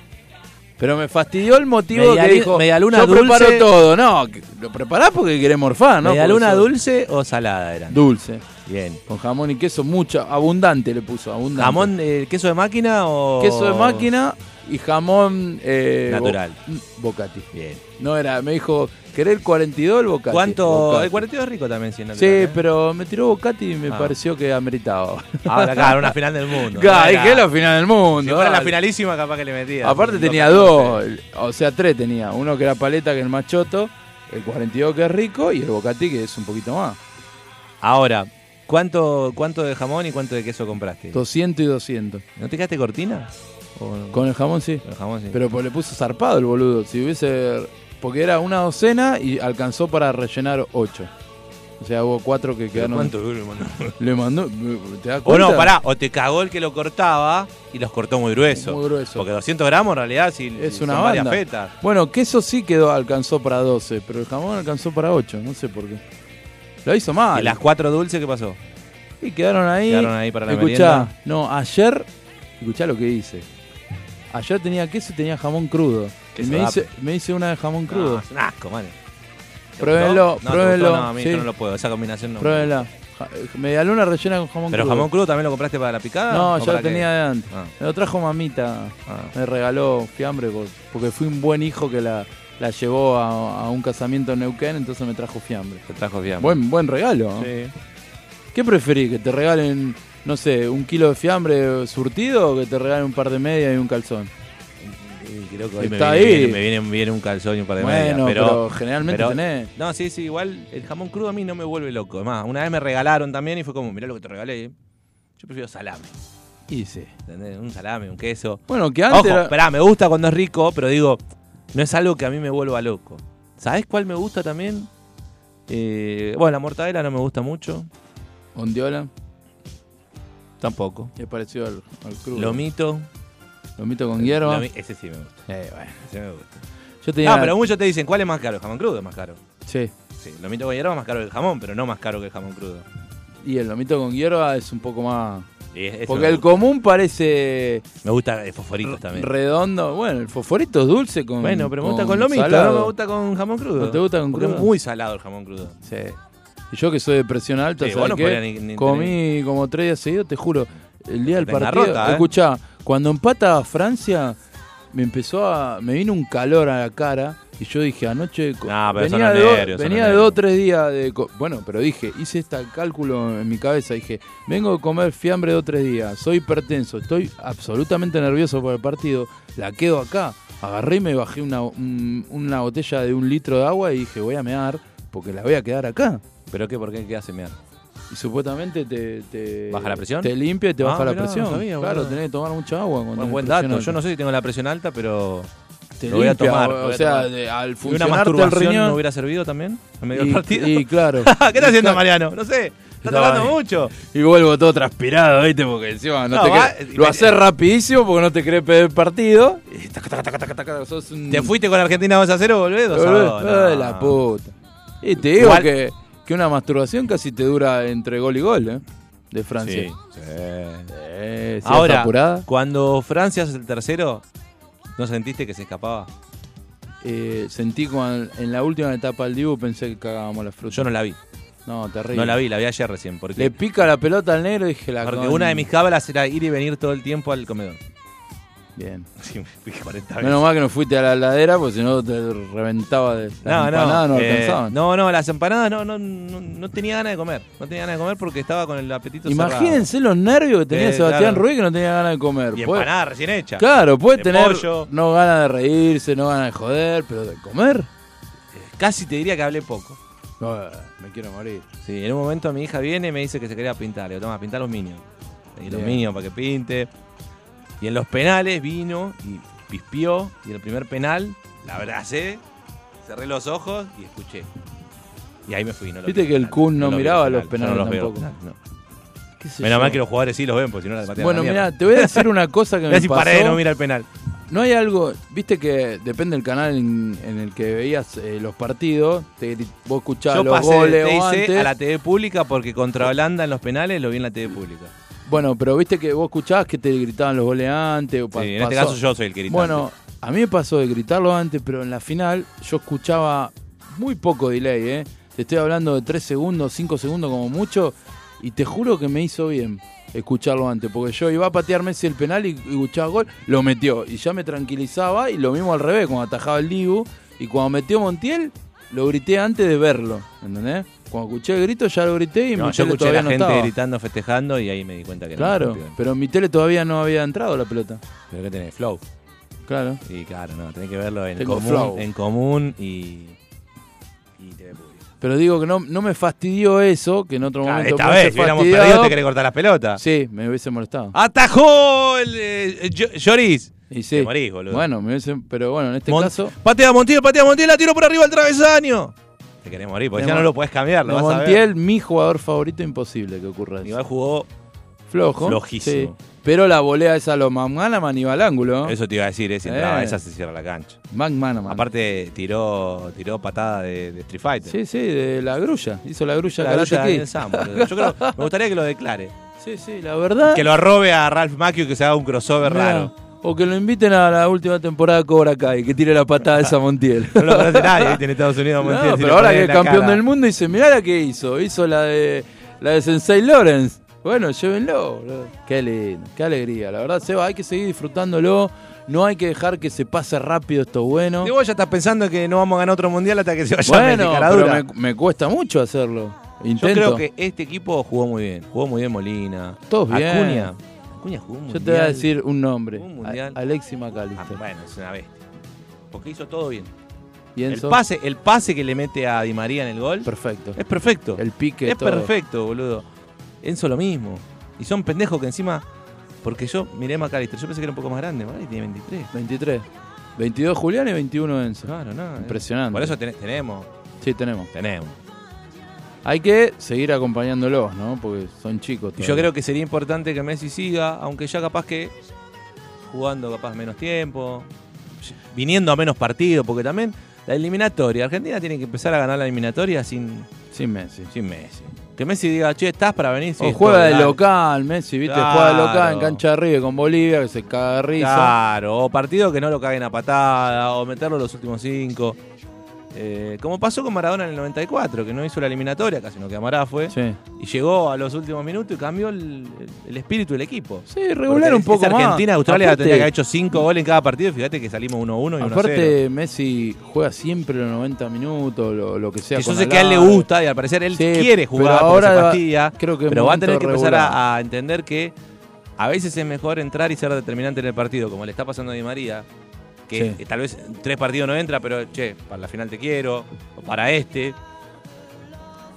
Speaker 5: Pero me fastidió el motivo
Speaker 4: Media
Speaker 5: que
Speaker 4: li-
Speaker 5: dijo,
Speaker 4: media luna
Speaker 5: yo preparo
Speaker 4: dulce".
Speaker 5: todo. No, que- lo preparás porque querés morfar, ¿no?
Speaker 4: ¿Media
Speaker 5: Porque
Speaker 4: luna
Speaker 5: sos-
Speaker 4: dulce o salada eran?
Speaker 5: Dulce.
Speaker 4: Bien.
Speaker 5: Con jamón y queso, mucha, abundante le puso, abundante.
Speaker 4: ¿Jamón, eh, queso de máquina o...?
Speaker 5: queso de máquina y jamón eh, bo-
Speaker 4: Natural.
Speaker 5: bocati.
Speaker 4: Bien.
Speaker 5: No era, me dijo, ¿querés el 42 el bocati?
Speaker 4: ¿Cuánto...?
Speaker 5: Bocati.
Speaker 4: El 42 es rico también, si no
Speaker 5: Sí,
Speaker 4: te- ¿eh?
Speaker 5: pero me tiró bocati y me
Speaker 4: Ah.
Speaker 5: pareció que ameritaba.
Speaker 4: Ahora acá, era una final del mundo.
Speaker 5: Claro,
Speaker 4: Era-
Speaker 5: dije, es la final del mundo.
Speaker 4: Si fuera la
Speaker 5: dale.
Speaker 4: finalísima, capaz que le metía.
Speaker 5: Aparte
Speaker 4: Un
Speaker 5: tenía
Speaker 4: loco,
Speaker 5: dos,
Speaker 4: no sé.
Speaker 5: el- o sea, tres tenía. Uno que era paleta, que es el machoto, el 42 que es rico y el bocati que es un poquito más.
Speaker 4: Ahora, ¿cuánto, ¿cuánto de jamón y cuánto de queso compraste?
Speaker 5: 200 y 200.
Speaker 4: ¿No te quedaste cortina? ¿O no?
Speaker 5: Con el jamón sí.
Speaker 4: Con el jamón, sí.
Speaker 5: Pero pues, le puso zarpado el boludo. Si hubiese. Porque era una docena y alcanzó para rellenar ocho. O sea, hubo cuatro que
Speaker 4: ¿Pero
Speaker 5: quedaron.
Speaker 4: ¿Cuánto duro, hermano?
Speaker 5: Le mandó. ¿Te das
Speaker 4: O
Speaker 5: cuenta?
Speaker 4: no, pará, o te cagó el que lo cortaba y los cortó muy grueso.
Speaker 5: Muy grueso.
Speaker 4: Porque 200 gramos en realidad si,
Speaker 5: Es
Speaker 4: si
Speaker 5: una
Speaker 4: son
Speaker 5: banda.
Speaker 4: varias fetas.
Speaker 5: Bueno, queso sí quedó, alcanzó para 12, pero el jamón alcanzó para 8, no sé por qué. Lo hizo mal.
Speaker 4: ¿Y las cuatro dulces qué pasó?
Speaker 5: Y quedaron ahí.
Speaker 4: Quedaron ahí para la
Speaker 5: Escuchá,
Speaker 4: merienda.
Speaker 5: no, ayer. Escuchá lo que hice. Ayer tenía queso y tenía jamón crudo. Y
Speaker 4: Queso Ah,
Speaker 5: me
Speaker 4: de
Speaker 5: hice,
Speaker 4: ape.
Speaker 5: me hice una de jamón
Speaker 4: No,
Speaker 5: crudo.
Speaker 4: es un asco, man. ¿Te
Speaker 5: Pruébenlo,
Speaker 4: gustó? no, ¿te
Speaker 5: pruébenlo,
Speaker 4: gustó? No, a mí
Speaker 5: sí.
Speaker 4: yo no lo puedo, esa combinación no.
Speaker 5: Pruébenla. Ja- Medialuna rellena con jamón
Speaker 4: ¿Pero
Speaker 5: crudo.
Speaker 4: jamón crudo también lo compraste para la picada?
Speaker 5: No,
Speaker 4: ¿O
Speaker 5: ya
Speaker 4: para
Speaker 5: lo
Speaker 4: qué?
Speaker 5: tenía de antes.
Speaker 4: Ah.
Speaker 5: Me lo trajo mamita.
Speaker 4: Ah.
Speaker 5: Me regaló fiambre por- porque fui un buen hijo que la, la llevó a, a un casamiento en Neuquén, entonces me trajo fiambre.
Speaker 4: Te trajo bien.
Speaker 5: Buen, buen regalo. ¿no?
Speaker 4: Sí.
Speaker 5: ¿Qué preferís? ¿Que te regalen, no sé, un kilo de fiambre surtido o que te regalen un par de medias y un calzón?
Speaker 4: Y Creo que hoy
Speaker 5: Está
Speaker 4: me, viene,
Speaker 5: ahí.
Speaker 4: me viene bien un calzón y un par de medias.
Speaker 5: Bueno,
Speaker 4: Pero,
Speaker 5: pero generalmente
Speaker 4: pero-
Speaker 5: tenés.
Speaker 4: No, sí, sí, igual el jamón crudo a mí no me vuelve loco. Es más, una vez me regalaron también y fue como, mirá lo que te regalé. Yo prefiero salame.
Speaker 5: Y sí.
Speaker 4: ¿entendés? Un salame, un queso.
Speaker 5: Bueno, que antes.
Speaker 4: Ojo,
Speaker 5: era-
Speaker 4: esperá, me gusta cuando es rico, pero digo, no es algo que a mí me vuelva loco. ¿Sabés cuál me gusta también? Eh, bueno, la mortadela no me gusta mucho.
Speaker 5: Ondiola,
Speaker 4: Tampoco.
Speaker 5: es parecido al, al crudo.
Speaker 4: Lomito.
Speaker 5: Lomito con hierba.
Speaker 4: Lomi- ese sí me gusta.
Speaker 5: Eh, bueno.
Speaker 4: ese me gusta.
Speaker 5: Yo tenía.
Speaker 4: Ah, pero muchos te dicen, ¿cuál es más caro? El jamón crudo es más caro.
Speaker 5: Sí.
Speaker 4: Sí, lomito con hierba es más caro que el jamón, pero no más caro que el jamón crudo.
Speaker 5: Y el lomito con hierba es un poco más.
Speaker 4: Y es- eso
Speaker 5: Porque
Speaker 4: me
Speaker 5: el
Speaker 4: gusta.
Speaker 5: común parece
Speaker 4: Me gusta eh, fosforitos también.
Speaker 5: redondo. Bueno, el fosforito es dulce con.
Speaker 4: bueno, pero me gusta con lomito,
Speaker 5: salado.
Speaker 4: no me gusta con jamón crudo.
Speaker 5: ¿No te gusta con
Speaker 4: Porque
Speaker 5: crudo?
Speaker 4: es muy salado el jamón crudo.
Speaker 5: Sí. Y yo que soy de presión alta,
Speaker 4: Sí,
Speaker 5: ¿sabés
Speaker 4: vos no
Speaker 5: qué?
Speaker 4: podrías ni- ni
Speaker 5: comí como tres días seguidos, te juro. El día del
Speaker 4: Tenés la
Speaker 5: partido.
Speaker 4: rota, ¿eh?
Speaker 5: Escuchá, cuando empata Francia, me empezó a. Me vino un calor a la cara. Y yo dije, anoche. co-
Speaker 4: No, pero son
Speaker 5: venía
Speaker 4: los
Speaker 5: de, dos-
Speaker 4: nervios, son
Speaker 5: venía
Speaker 4: los
Speaker 5: de dos
Speaker 4: nervios.
Speaker 5: o tres días de. co- Bueno, pero dije, hice este cálculo en mi cabeza. Dije, vengo de comer fiambre dos o tres días. Soy hipertenso. Estoy absolutamente nervioso por el partido. La quedo acá. Agarré y me bajé una, un- una botella de un litro de agua y dije, voy a mear porque la voy a quedar acá.
Speaker 4: ¿Pero qué? ¿Por qué? ¿Qué hace mear?
Speaker 5: Y supuestamente te, te-
Speaker 4: ¿Baja la presión?
Speaker 5: Te limpia y te
Speaker 4: Ah,
Speaker 5: baja la
Speaker 4: mirá, no
Speaker 5: presión.
Speaker 4: sabía,
Speaker 5: claro,
Speaker 4: boludo.
Speaker 5: tenés que tomar mucha agua cuando
Speaker 4: Bueno,
Speaker 5: es
Speaker 4: buen dato.
Speaker 5: presión
Speaker 4: Yo no sé si tengo la presión alta, pero.
Speaker 5: alta. Te
Speaker 4: lo voy a
Speaker 5: limpia,
Speaker 4: tomar,
Speaker 5: o-
Speaker 4: lo
Speaker 5: O
Speaker 4: voy a
Speaker 5: sea,
Speaker 4: tomar.
Speaker 5: de- al
Speaker 4: ¿Y una
Speaker 5: funcionarte el
Speaker 4: masturbación
Speaker 5: riñón
Speaker 4: no hubiera servido también? En medio
Speaker 5: y,
Speaker 4: del partido.
Speaker 5: y claro.
Speaker 4: ¿Qué está haciendo Mariano? No sé. Está
Speaker 5: Estaba
Speaker 4: tomando
Speaker 5: ahí.
Speaker 4: mucho.
Speaker 5: Y vuelvo todo transpirado, ¿viste? Porque encima no,
Speaker 4: No,
Speaker 5: te
Speaker 4: va-
Speaker 5: querés- lo haces rapidísimo porque no te querés perder el partido.
Speaker 4: Te fuiste con Argentina 2 a 0, volvés 2 a 2.
Speaker 5: Boludo, ay,
Speaker 4: No.
Speaker 5: eh, la puta. Y te digo
Speaker 4: Igual-
Speaker 5: que, que una masturbación casi te dura entre gol y gol, ¿eh? De Francia.
Speaker 4: Sí. sí.
Speaker 5: Eh, si vas
Speaker 4: Ahora,
Speaker 5: apurada.
Speaker 4: cuando Francia es el tercero, ¿no sentiste que se escapaba?
Speaker 5: Eh, sentí cuando, en la última etapa del Dibu pensé que cagábamos la fruta.
Speaker 4: Yo no la vi.
Speaker 5: No, terrible.
Speaker 4: No la vi, la vi ayer recién.
Speaker 5: Le
Speaker 4: Porque,
Speaker 5: pica la pelota al negro y dije la
Speaker 4: porque
Speaker 5: con-
Speaker 4: una de mis cábalas era ir y venir todo el tiempo al comedor.
Speaker 5: Bien.
Speaker 4: Sí, me fui 40 veces.
Speaker 5: Menos mal que no fuiste a la heladera, porque si no te reventaba de. Las
Speaker 4: No, no,
Speaker 5: empanadas no
Speaker 4: eh,
Speaker 5: alcanzaban.
Speaker 4: no, no, las empanadas no, no, no, no tenía ganas de comer. No tenía ganas de comer porque estaba con el apetito cerrado.
Speaker 5: Imagínense los nervios que tenía
Speaker 4: Eh,
Speaker 5: Sebastián
Speaker 4: claro.
Speaker 5: Ruiz que no tenía ganas de comer.
Speaker 4: Y
Speaker 5: Puede-
Speaker 4: empanada recién hecha.
Speaker 5: claro, puede
Speaker 4: de
Speaker 5: tener
Speaker 4: pollo.
Speaker 5: no ganas de reírse, no ganas de joder, pero de comer.
Speaker 4: Casi te diría que hablé poco.
Speaker 5: No, eh, me quiero morir.
Speaker 4: Sí, en un momento mi hija viene y me dice que se quería pintar. Le digo, toma, pintar los Minions. Y los
Speaker 5: Bien.
Speaker 4: Minions para que pinte. Y en los penales vino y pispió. Y en el primer penal la abracé, cerré los ojos y escuché. Y ahí me fui. No lo
Speaker 5: Viste
Speaker 4: vi
Speaker 5: que el
Speaker 4: penal,
Speaker 5: Kun no
Speaker 4: lo vi
Speaker 5: miraba
Speaker 4: penal,
Speaker 5: los
Speaker 4: yo
Speaker 5: penales
Speaker 4: no los veo
Speaker 5: tampoco.
Speaker 4: penal, no.
Speaker 5: ¿Qué sé
Speaker 4: Menos
Speaker 5: yo?
Speaker 4: mal que los jugadores sí los ven, porque si no la patean
Speaker 5: Bueno,
Speaker 4: a la mierda.
Speaker 5: mira, te voy a decir una cosa que
Speaker 4: Mirá
Speaker 5: me
Speaker 4: si
Speaker 5: pasó.
Speaker 4: Paredes no mira el penal.
Speaker 5: No hay algo, viste que depende del canal en, en el que veías eh, los partidos, te- vos escuchabas
Speaker 4: Yo
Speaker 5: los
Speaker 4: pasé de
Speaker 5: goles o
Speaker 4: TIC
Speaker 5: antes.
Speaker 4: a la TV pública porque contra Holanda en los penales lo vi en la TV pública.
Speaker 5: Bueno, pero viste que vos escuchabas que te gritaban los goles antes. O pa-
Speaker 4: Sí, en este
Speaker 5: pasó.
Speaker 4: caso yo soy el querido.
Speaker 5: Bueno, a mí me pasó de gritarlo antes, pero en la final yo escuchaba muy poco delay, ¿eh? Te estoy hablando de 3 segundos, 5 segundos como mucho, y te juro que me hizo bien escucharlo antes, porque yo iba a patear Messi el penal y, y escuchaba gol, lo metió, y ya me tranquilizaba, y lo mismo al revés, cuando atajaba el Dibu, y cuando metió Montiel, lo grité antes de verlo, ¿entendés? Cuando escuché el grito ya lo grité y
Speaker 4: No, yo
Speaker 5: Montiel
Speaker 4: escuché a
Speaker 5: todavía
Speaker 4: la
Speaker 5: no
Speaker 4: gente
Speaker 5: estaba.
Speaker 4: gritando, festejando y ahí me di cuenta que no.
Speaker 5: Claro, pero en mi tele todavía no había entrado la pelota.
Speaker 4: Pero que tenés flow.
Speaker 5: Claro.
Speaker 4: Y claro, no, tenés que verlo en
Speaker 5: Tengo
Speaker 4: común,
Speaker 5: flow.
Speaker 4: en común y y TV pública.
Speaker 5: Pero digo que no, no me fastidió eso, que en otro
Speaker 4: Claro,
Speaker 5: momento
Speaker 4: esta
Speaker 5: me
Speaker 4: vez,
Speaker 5: hubiese
Speaker 4: si hubiéramos
Speaker 5: fastidiado.
Speaker 4: perdido, te Ah, querés cortar las pelotas.
Speaker 5: Sí, me hubiese molestado.
Speaker 4: ¡Atajó el eh, Yo- Lloris!
Speaker 5: y sí.
Speaker 4: te morís, boludo.
Speaker 5: Bueno, me hubiese, pero bueno, en este
Speaker 4: Mon-
Speaker 5: caso.
Speaker 4: Patea Montiel, patea Montiel, la tiro por arriba al travesaño. Te querés morir, porque
Speaker 5: De
Speaker 4: ya no
Speaker 5: Mon-
Speaker 4: lo podés cambiar, lo vas a ver.
Speaker 5: Montiel, mi jugador favorito, imposible que ocurra eso.
Speaker 4: Igual jugó,
Speaker 5: Flojo.
Speaker 4: Flojísimo.
Speaker 5: sí. Pero la volea esa lo McManaman iba al ángulo.
Speaker 4: eso te iba a decir, eh, si
Speaker 5: Eh.
Speaker 4: entraba, esa se cierra la cancha.
Speaker 5: McManaman.
Speaker 4: Aparte tiró, tiró patada de, de Street Fighter.
Speaker 5: Sí, sí, de la grulla. Hizo la grulla
Speaker 4: La
Speaker 5: Karate
Speaker 4: lucha de
Speaker 5: Kid.
Speaker 4: Daniel Sam, boludo. Yo creo, me gustaría que lo declare.
Speaker 5: Sí, sí, la verdad.
Speaker 4: Que lo arrobe a Ralph Macchio y que se haga un crossover
Speaker 5: mirá,
Speaker 4: raro.
Speaker 5: O que lo inviten a la última temporada de Cobra Kai, que tire la patada esa a Montiel.
Speaker 4: No lo conoce nadie ¿viste? en Estados Unidos.
Speaker 5: No,
Speaker 4: Montiel, si le
Speaker 5: pero ahora
Speaker 4: pones
Speaker 5: que
Speaker 4: en
Speaker 5: es
Speaker 4: la
Speaker 5: campeón
Speaker 4: cara.
Speaker 5: del mundo dice, mirá la que hizo, hizo la de la de Sensei Lawrence. Bueno, llévenlo, boludo. Qué lindo, qué alegría. La verdad, Seba, hay que seguir disfrutándolo. No hay que dejar que se pase rápido esto bueno.
Speaker 4: Y vos ya estás pensando que no vamos a ganar otro mundial hasta que se vaya
Speaker 5: Bueno,
Speaker 4: Messi, cara
Speaker 5: pero
Speaker 4: dura.
Speaker 5: me, me cuesta mucho hacerlo.
Speaker 4: Yo
Speaker 5: Intento.
Speaker 4: creo que este equipo jugó muy bien. Jugó muy bien Molina.
Speaker 5: Todos bien.
Speaker 4: Acuña. Acuña jugó un
Speaker 5: Yo te
Speaker 4: mundial.
Speaker 5: voy a decir un nombre.
Speaker 4: Un mundial.
Speaker 5: A- Alexis
Speaker 4: Ah,
Speaker 5: McAllister.
Speaker 4: bueno, es una bestia. Porque hizo todo bien.
Speaker 5: Y
Speaker 4: El
Speaker 5: Enzo,
Speaker 4: pase, el pase que le mete a Di María en el gol
Speaker 5: perfecto.
Speaker 4: es perfecto.
Speaker 5: El pique,
Speaker 4: es
Speaker 5: todo.
Speaker 4: perfecto, boludo. Enzo lo mismo. Y son pendejos que encima. Porque yo miré a McAllister, yo pensé que era un poco más grande. McAllister tiene 23.
Speaker 5: 23. 22 Julián y 21 Enzo.
Speaker 4: Claro, no. eh.
Speaker 5: Impresionante.
Speaker 4: Por eso ten- tenemos.
Speaker 5: Sí, tenemos.
Speaker 4: Tenemos.
Speaker 5: Hay que seguir acompañándolos, ¿no? Porque son
Speaker 4: Y
Speaker 5: chicos.
Speaker 4: yo
Speaker 5: todavía.
Speaker 4: creo que sería importante que Messi siga, aunque ya capaz que jugando capaz menos tiempo, viniendo a menos partidos, porque también la eliminatoria. Argentina tiene que empezar a ganar la eliminatoria sin,
Speaker 5: Sí, Messi.
Speaker 4: sin Messi. Que Messi diga, che, ¿estás para venir? Sí,
Speaker 5: o juega
Speaker 4: estoy,
Speaker 5: de
Speaker 4: dale".
Speaker 5: local, Messi, ¿viste? Juega de local en
Speaker 4: Claro.
Speaker 5: cancha de River con Bolivia, que se caga de risa.
Speaker 4: Claro, o partido que no lo caguen a patada, o meterlo los últimos cinco. Eh, como pasó con Maradona en el 94, que no hizo la eliminatoria, casi no que Amará fue,
Speaker 5: Sí,
Speaker 4: y llegó a los últimos minutos y cambió el, el espíritu del equipo.
Speaker 5: sí regular
Speaker 4: Porque
Speaker 5: un
Speaker 4: es-
Speaker 5: poco
Speaker 4: es
Speaker 5: más.
Speaker 4: Argentina, Australia
Speaker 5: Aparte-
Speaker 4: tendría que haber hecho 5 goles en cada partido. y Fíjate que salimos 1-1 y 1-0.
Speaker 5: Aparte, Messi juega siempre los 90 minutos, lo, lo que sea.
Speaker 4: que yo
Speaker 5: con
Speaker 4: sé que a él le
Speaker 5: Alaba.
Speaker 4: gusta y al parecer él
Speaker 5: Sí,
Speaker 4: quiere jugar
Speaker 5: pero
Speaker 4: por
Speaker 5: ahora
Speaker 4: esa
Speaker 5: va-
Speaker 4: pastilla.
Speaker 5: creo que es
Speaker 4: pero va a tener que
Speaker 5: momento
Speaker 4: empezar
Speaker 5: regular.
Speaker 4: a, a entender que a veces es mejor entrar y ser determinante en el partido, como le está pasando a Di María. Que eh,
Speaker 5: Sí.
Speaker 4: tal vez en tres partidos no entra, pero che, para la final te quiero, o para este.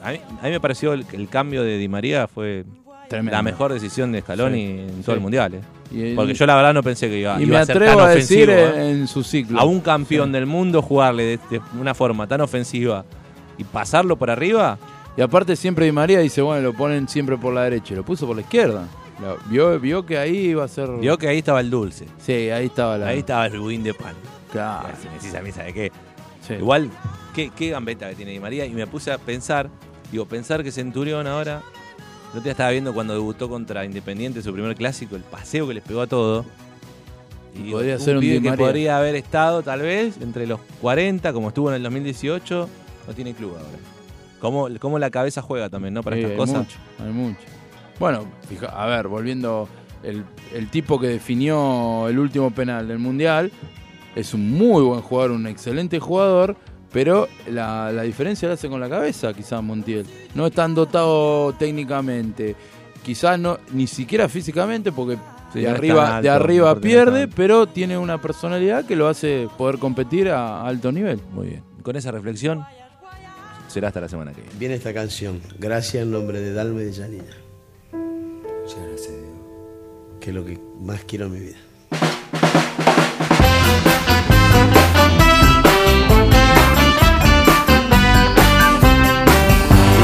Speaker 4: A mí, a mí me pareció el, el cambio de Di María fue
Speaker 5: Tremendo.
Speaker 4: la mejor decisión de Scaloni
Speaker 5: Sí,
Speaker 4: en todo
Speaker 5: sí.
Speaker 4: el mundial. eh.
Speaker 5: Y, él-
Speaker 4: Porque yo la verdad no pensé que iba,
Speaker 5: y
Speaker 4: iba
Speaker 5: me
Speaker 4: a ser
Speaker 5: atrevo
Speaker 4: tan
Speaker 5: a decir
Speaker 4: ofensivo.
Speaker 5: en,
Speaker 4: eh.
Speaker 5: en su ciclo.
Speaker 4: A un campeón del mundo jugarle de, de una forma tan ofensiva y pasarlo por arriba,
Speaker 5: Y aparte, siempre Di María dice: bueno, lo ponen siempre por la derecha. y Lo puso por la izquierda. Lo- vio, vio que ahí iba a ser.
Speaker 4: vio que ahí estaba el dulce.
Speaker 5: Sí, ahí estaba la.
Speaker 4: Ahí estaba el budín de pan. Ah,
Speaker 5: Claro,
Speaker 4: Si me decís a mí, ¿sabe qué?
Speaker 5: sí.
Speaker 4: Igual, ¿qué, qué gambeta que tiene Di María. Y me puse a pensar, digo, pensar que Centurión ahora. No te estaba viendo cuando debutó contra Independiente, su primer clásico, el paseo que les pegó a todo.
Speaker 5: Y podría ser un
Speaker 4: pibe
Speaker 5: Di
Speaker 4: que
Speaker 5: María.
Speaker 4: podría haber estado tal vez entre los 40, como estuvo en el 2018, no tiene club ahora. Cómo, cómo la cabeza juega también, ¿no? Para
Speaker 5: Sí,
Speaker 4: estas
Speaker 5: hay
Speaker 4: cosas.
Speaker 5: mucho, hay mucho. Bueno, fija- a ver, volviendo el, el tipo que definió el último penal del Mundial. Es un muy buen jugador, un excelente jugador, pero la, la diferencia la hace con la cabeza, quizás Montiel. No es tan dotado técnicamente, quizás no, ni siquiera físicamente, porque
Speaker 4: Sí,
Speaker 5: de
Speaker 4: no es tan
Speaker 5: arriba,
Speaker 4: alto,
Speaker 5: de
Speaker 4: no
Speaker 5: arriba
Speaker 4: porque no es tan
Speaker 5: pierde,
Speaker 4: alto.
Speaker 5: pero tiene una personalidad que lo hace poder competir a alto nivel.
Speaker 4: Muy bien. Con esa reflexión, será hasta la semana que viene.
Speaker 10: Viene esta canción, gracias en nombre de Dalma y de Janina. Muchas gracias, Que es lo que más quiero en mi vida.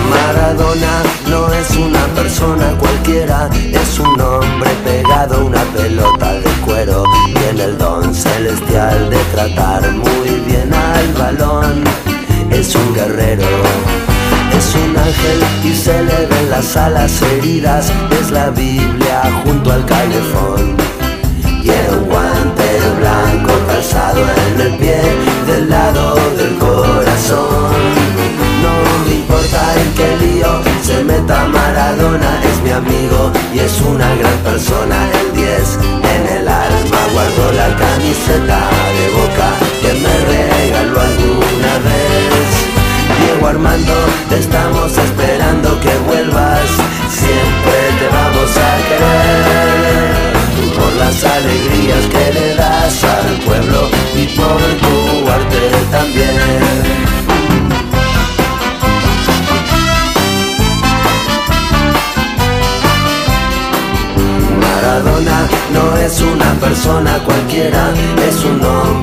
Speaker 11: Maradona no es una persona cualquiera, es un hombre pegado a una pelota de cuero. Tiene el don celestial de tratar muy bien al balón. Es un guerrero, es un ángel y se le ven las alas heridas. Es la Biblia junto al calefón. Y era un guante blanco calzado en el pie del lado del corazón. No me importa el que lío se meta Maradona, es mi amigo y es una gran persona. El 10 en el alma guardo la camiseta de boca que me regaló alguna vez. Diego Armando, te estamos esperando que vuelvas. Siempre te vamos a querer por las alegrías que le das al pueblo y por tu arte también. Maradona no es una persona cualquiera, es un hombre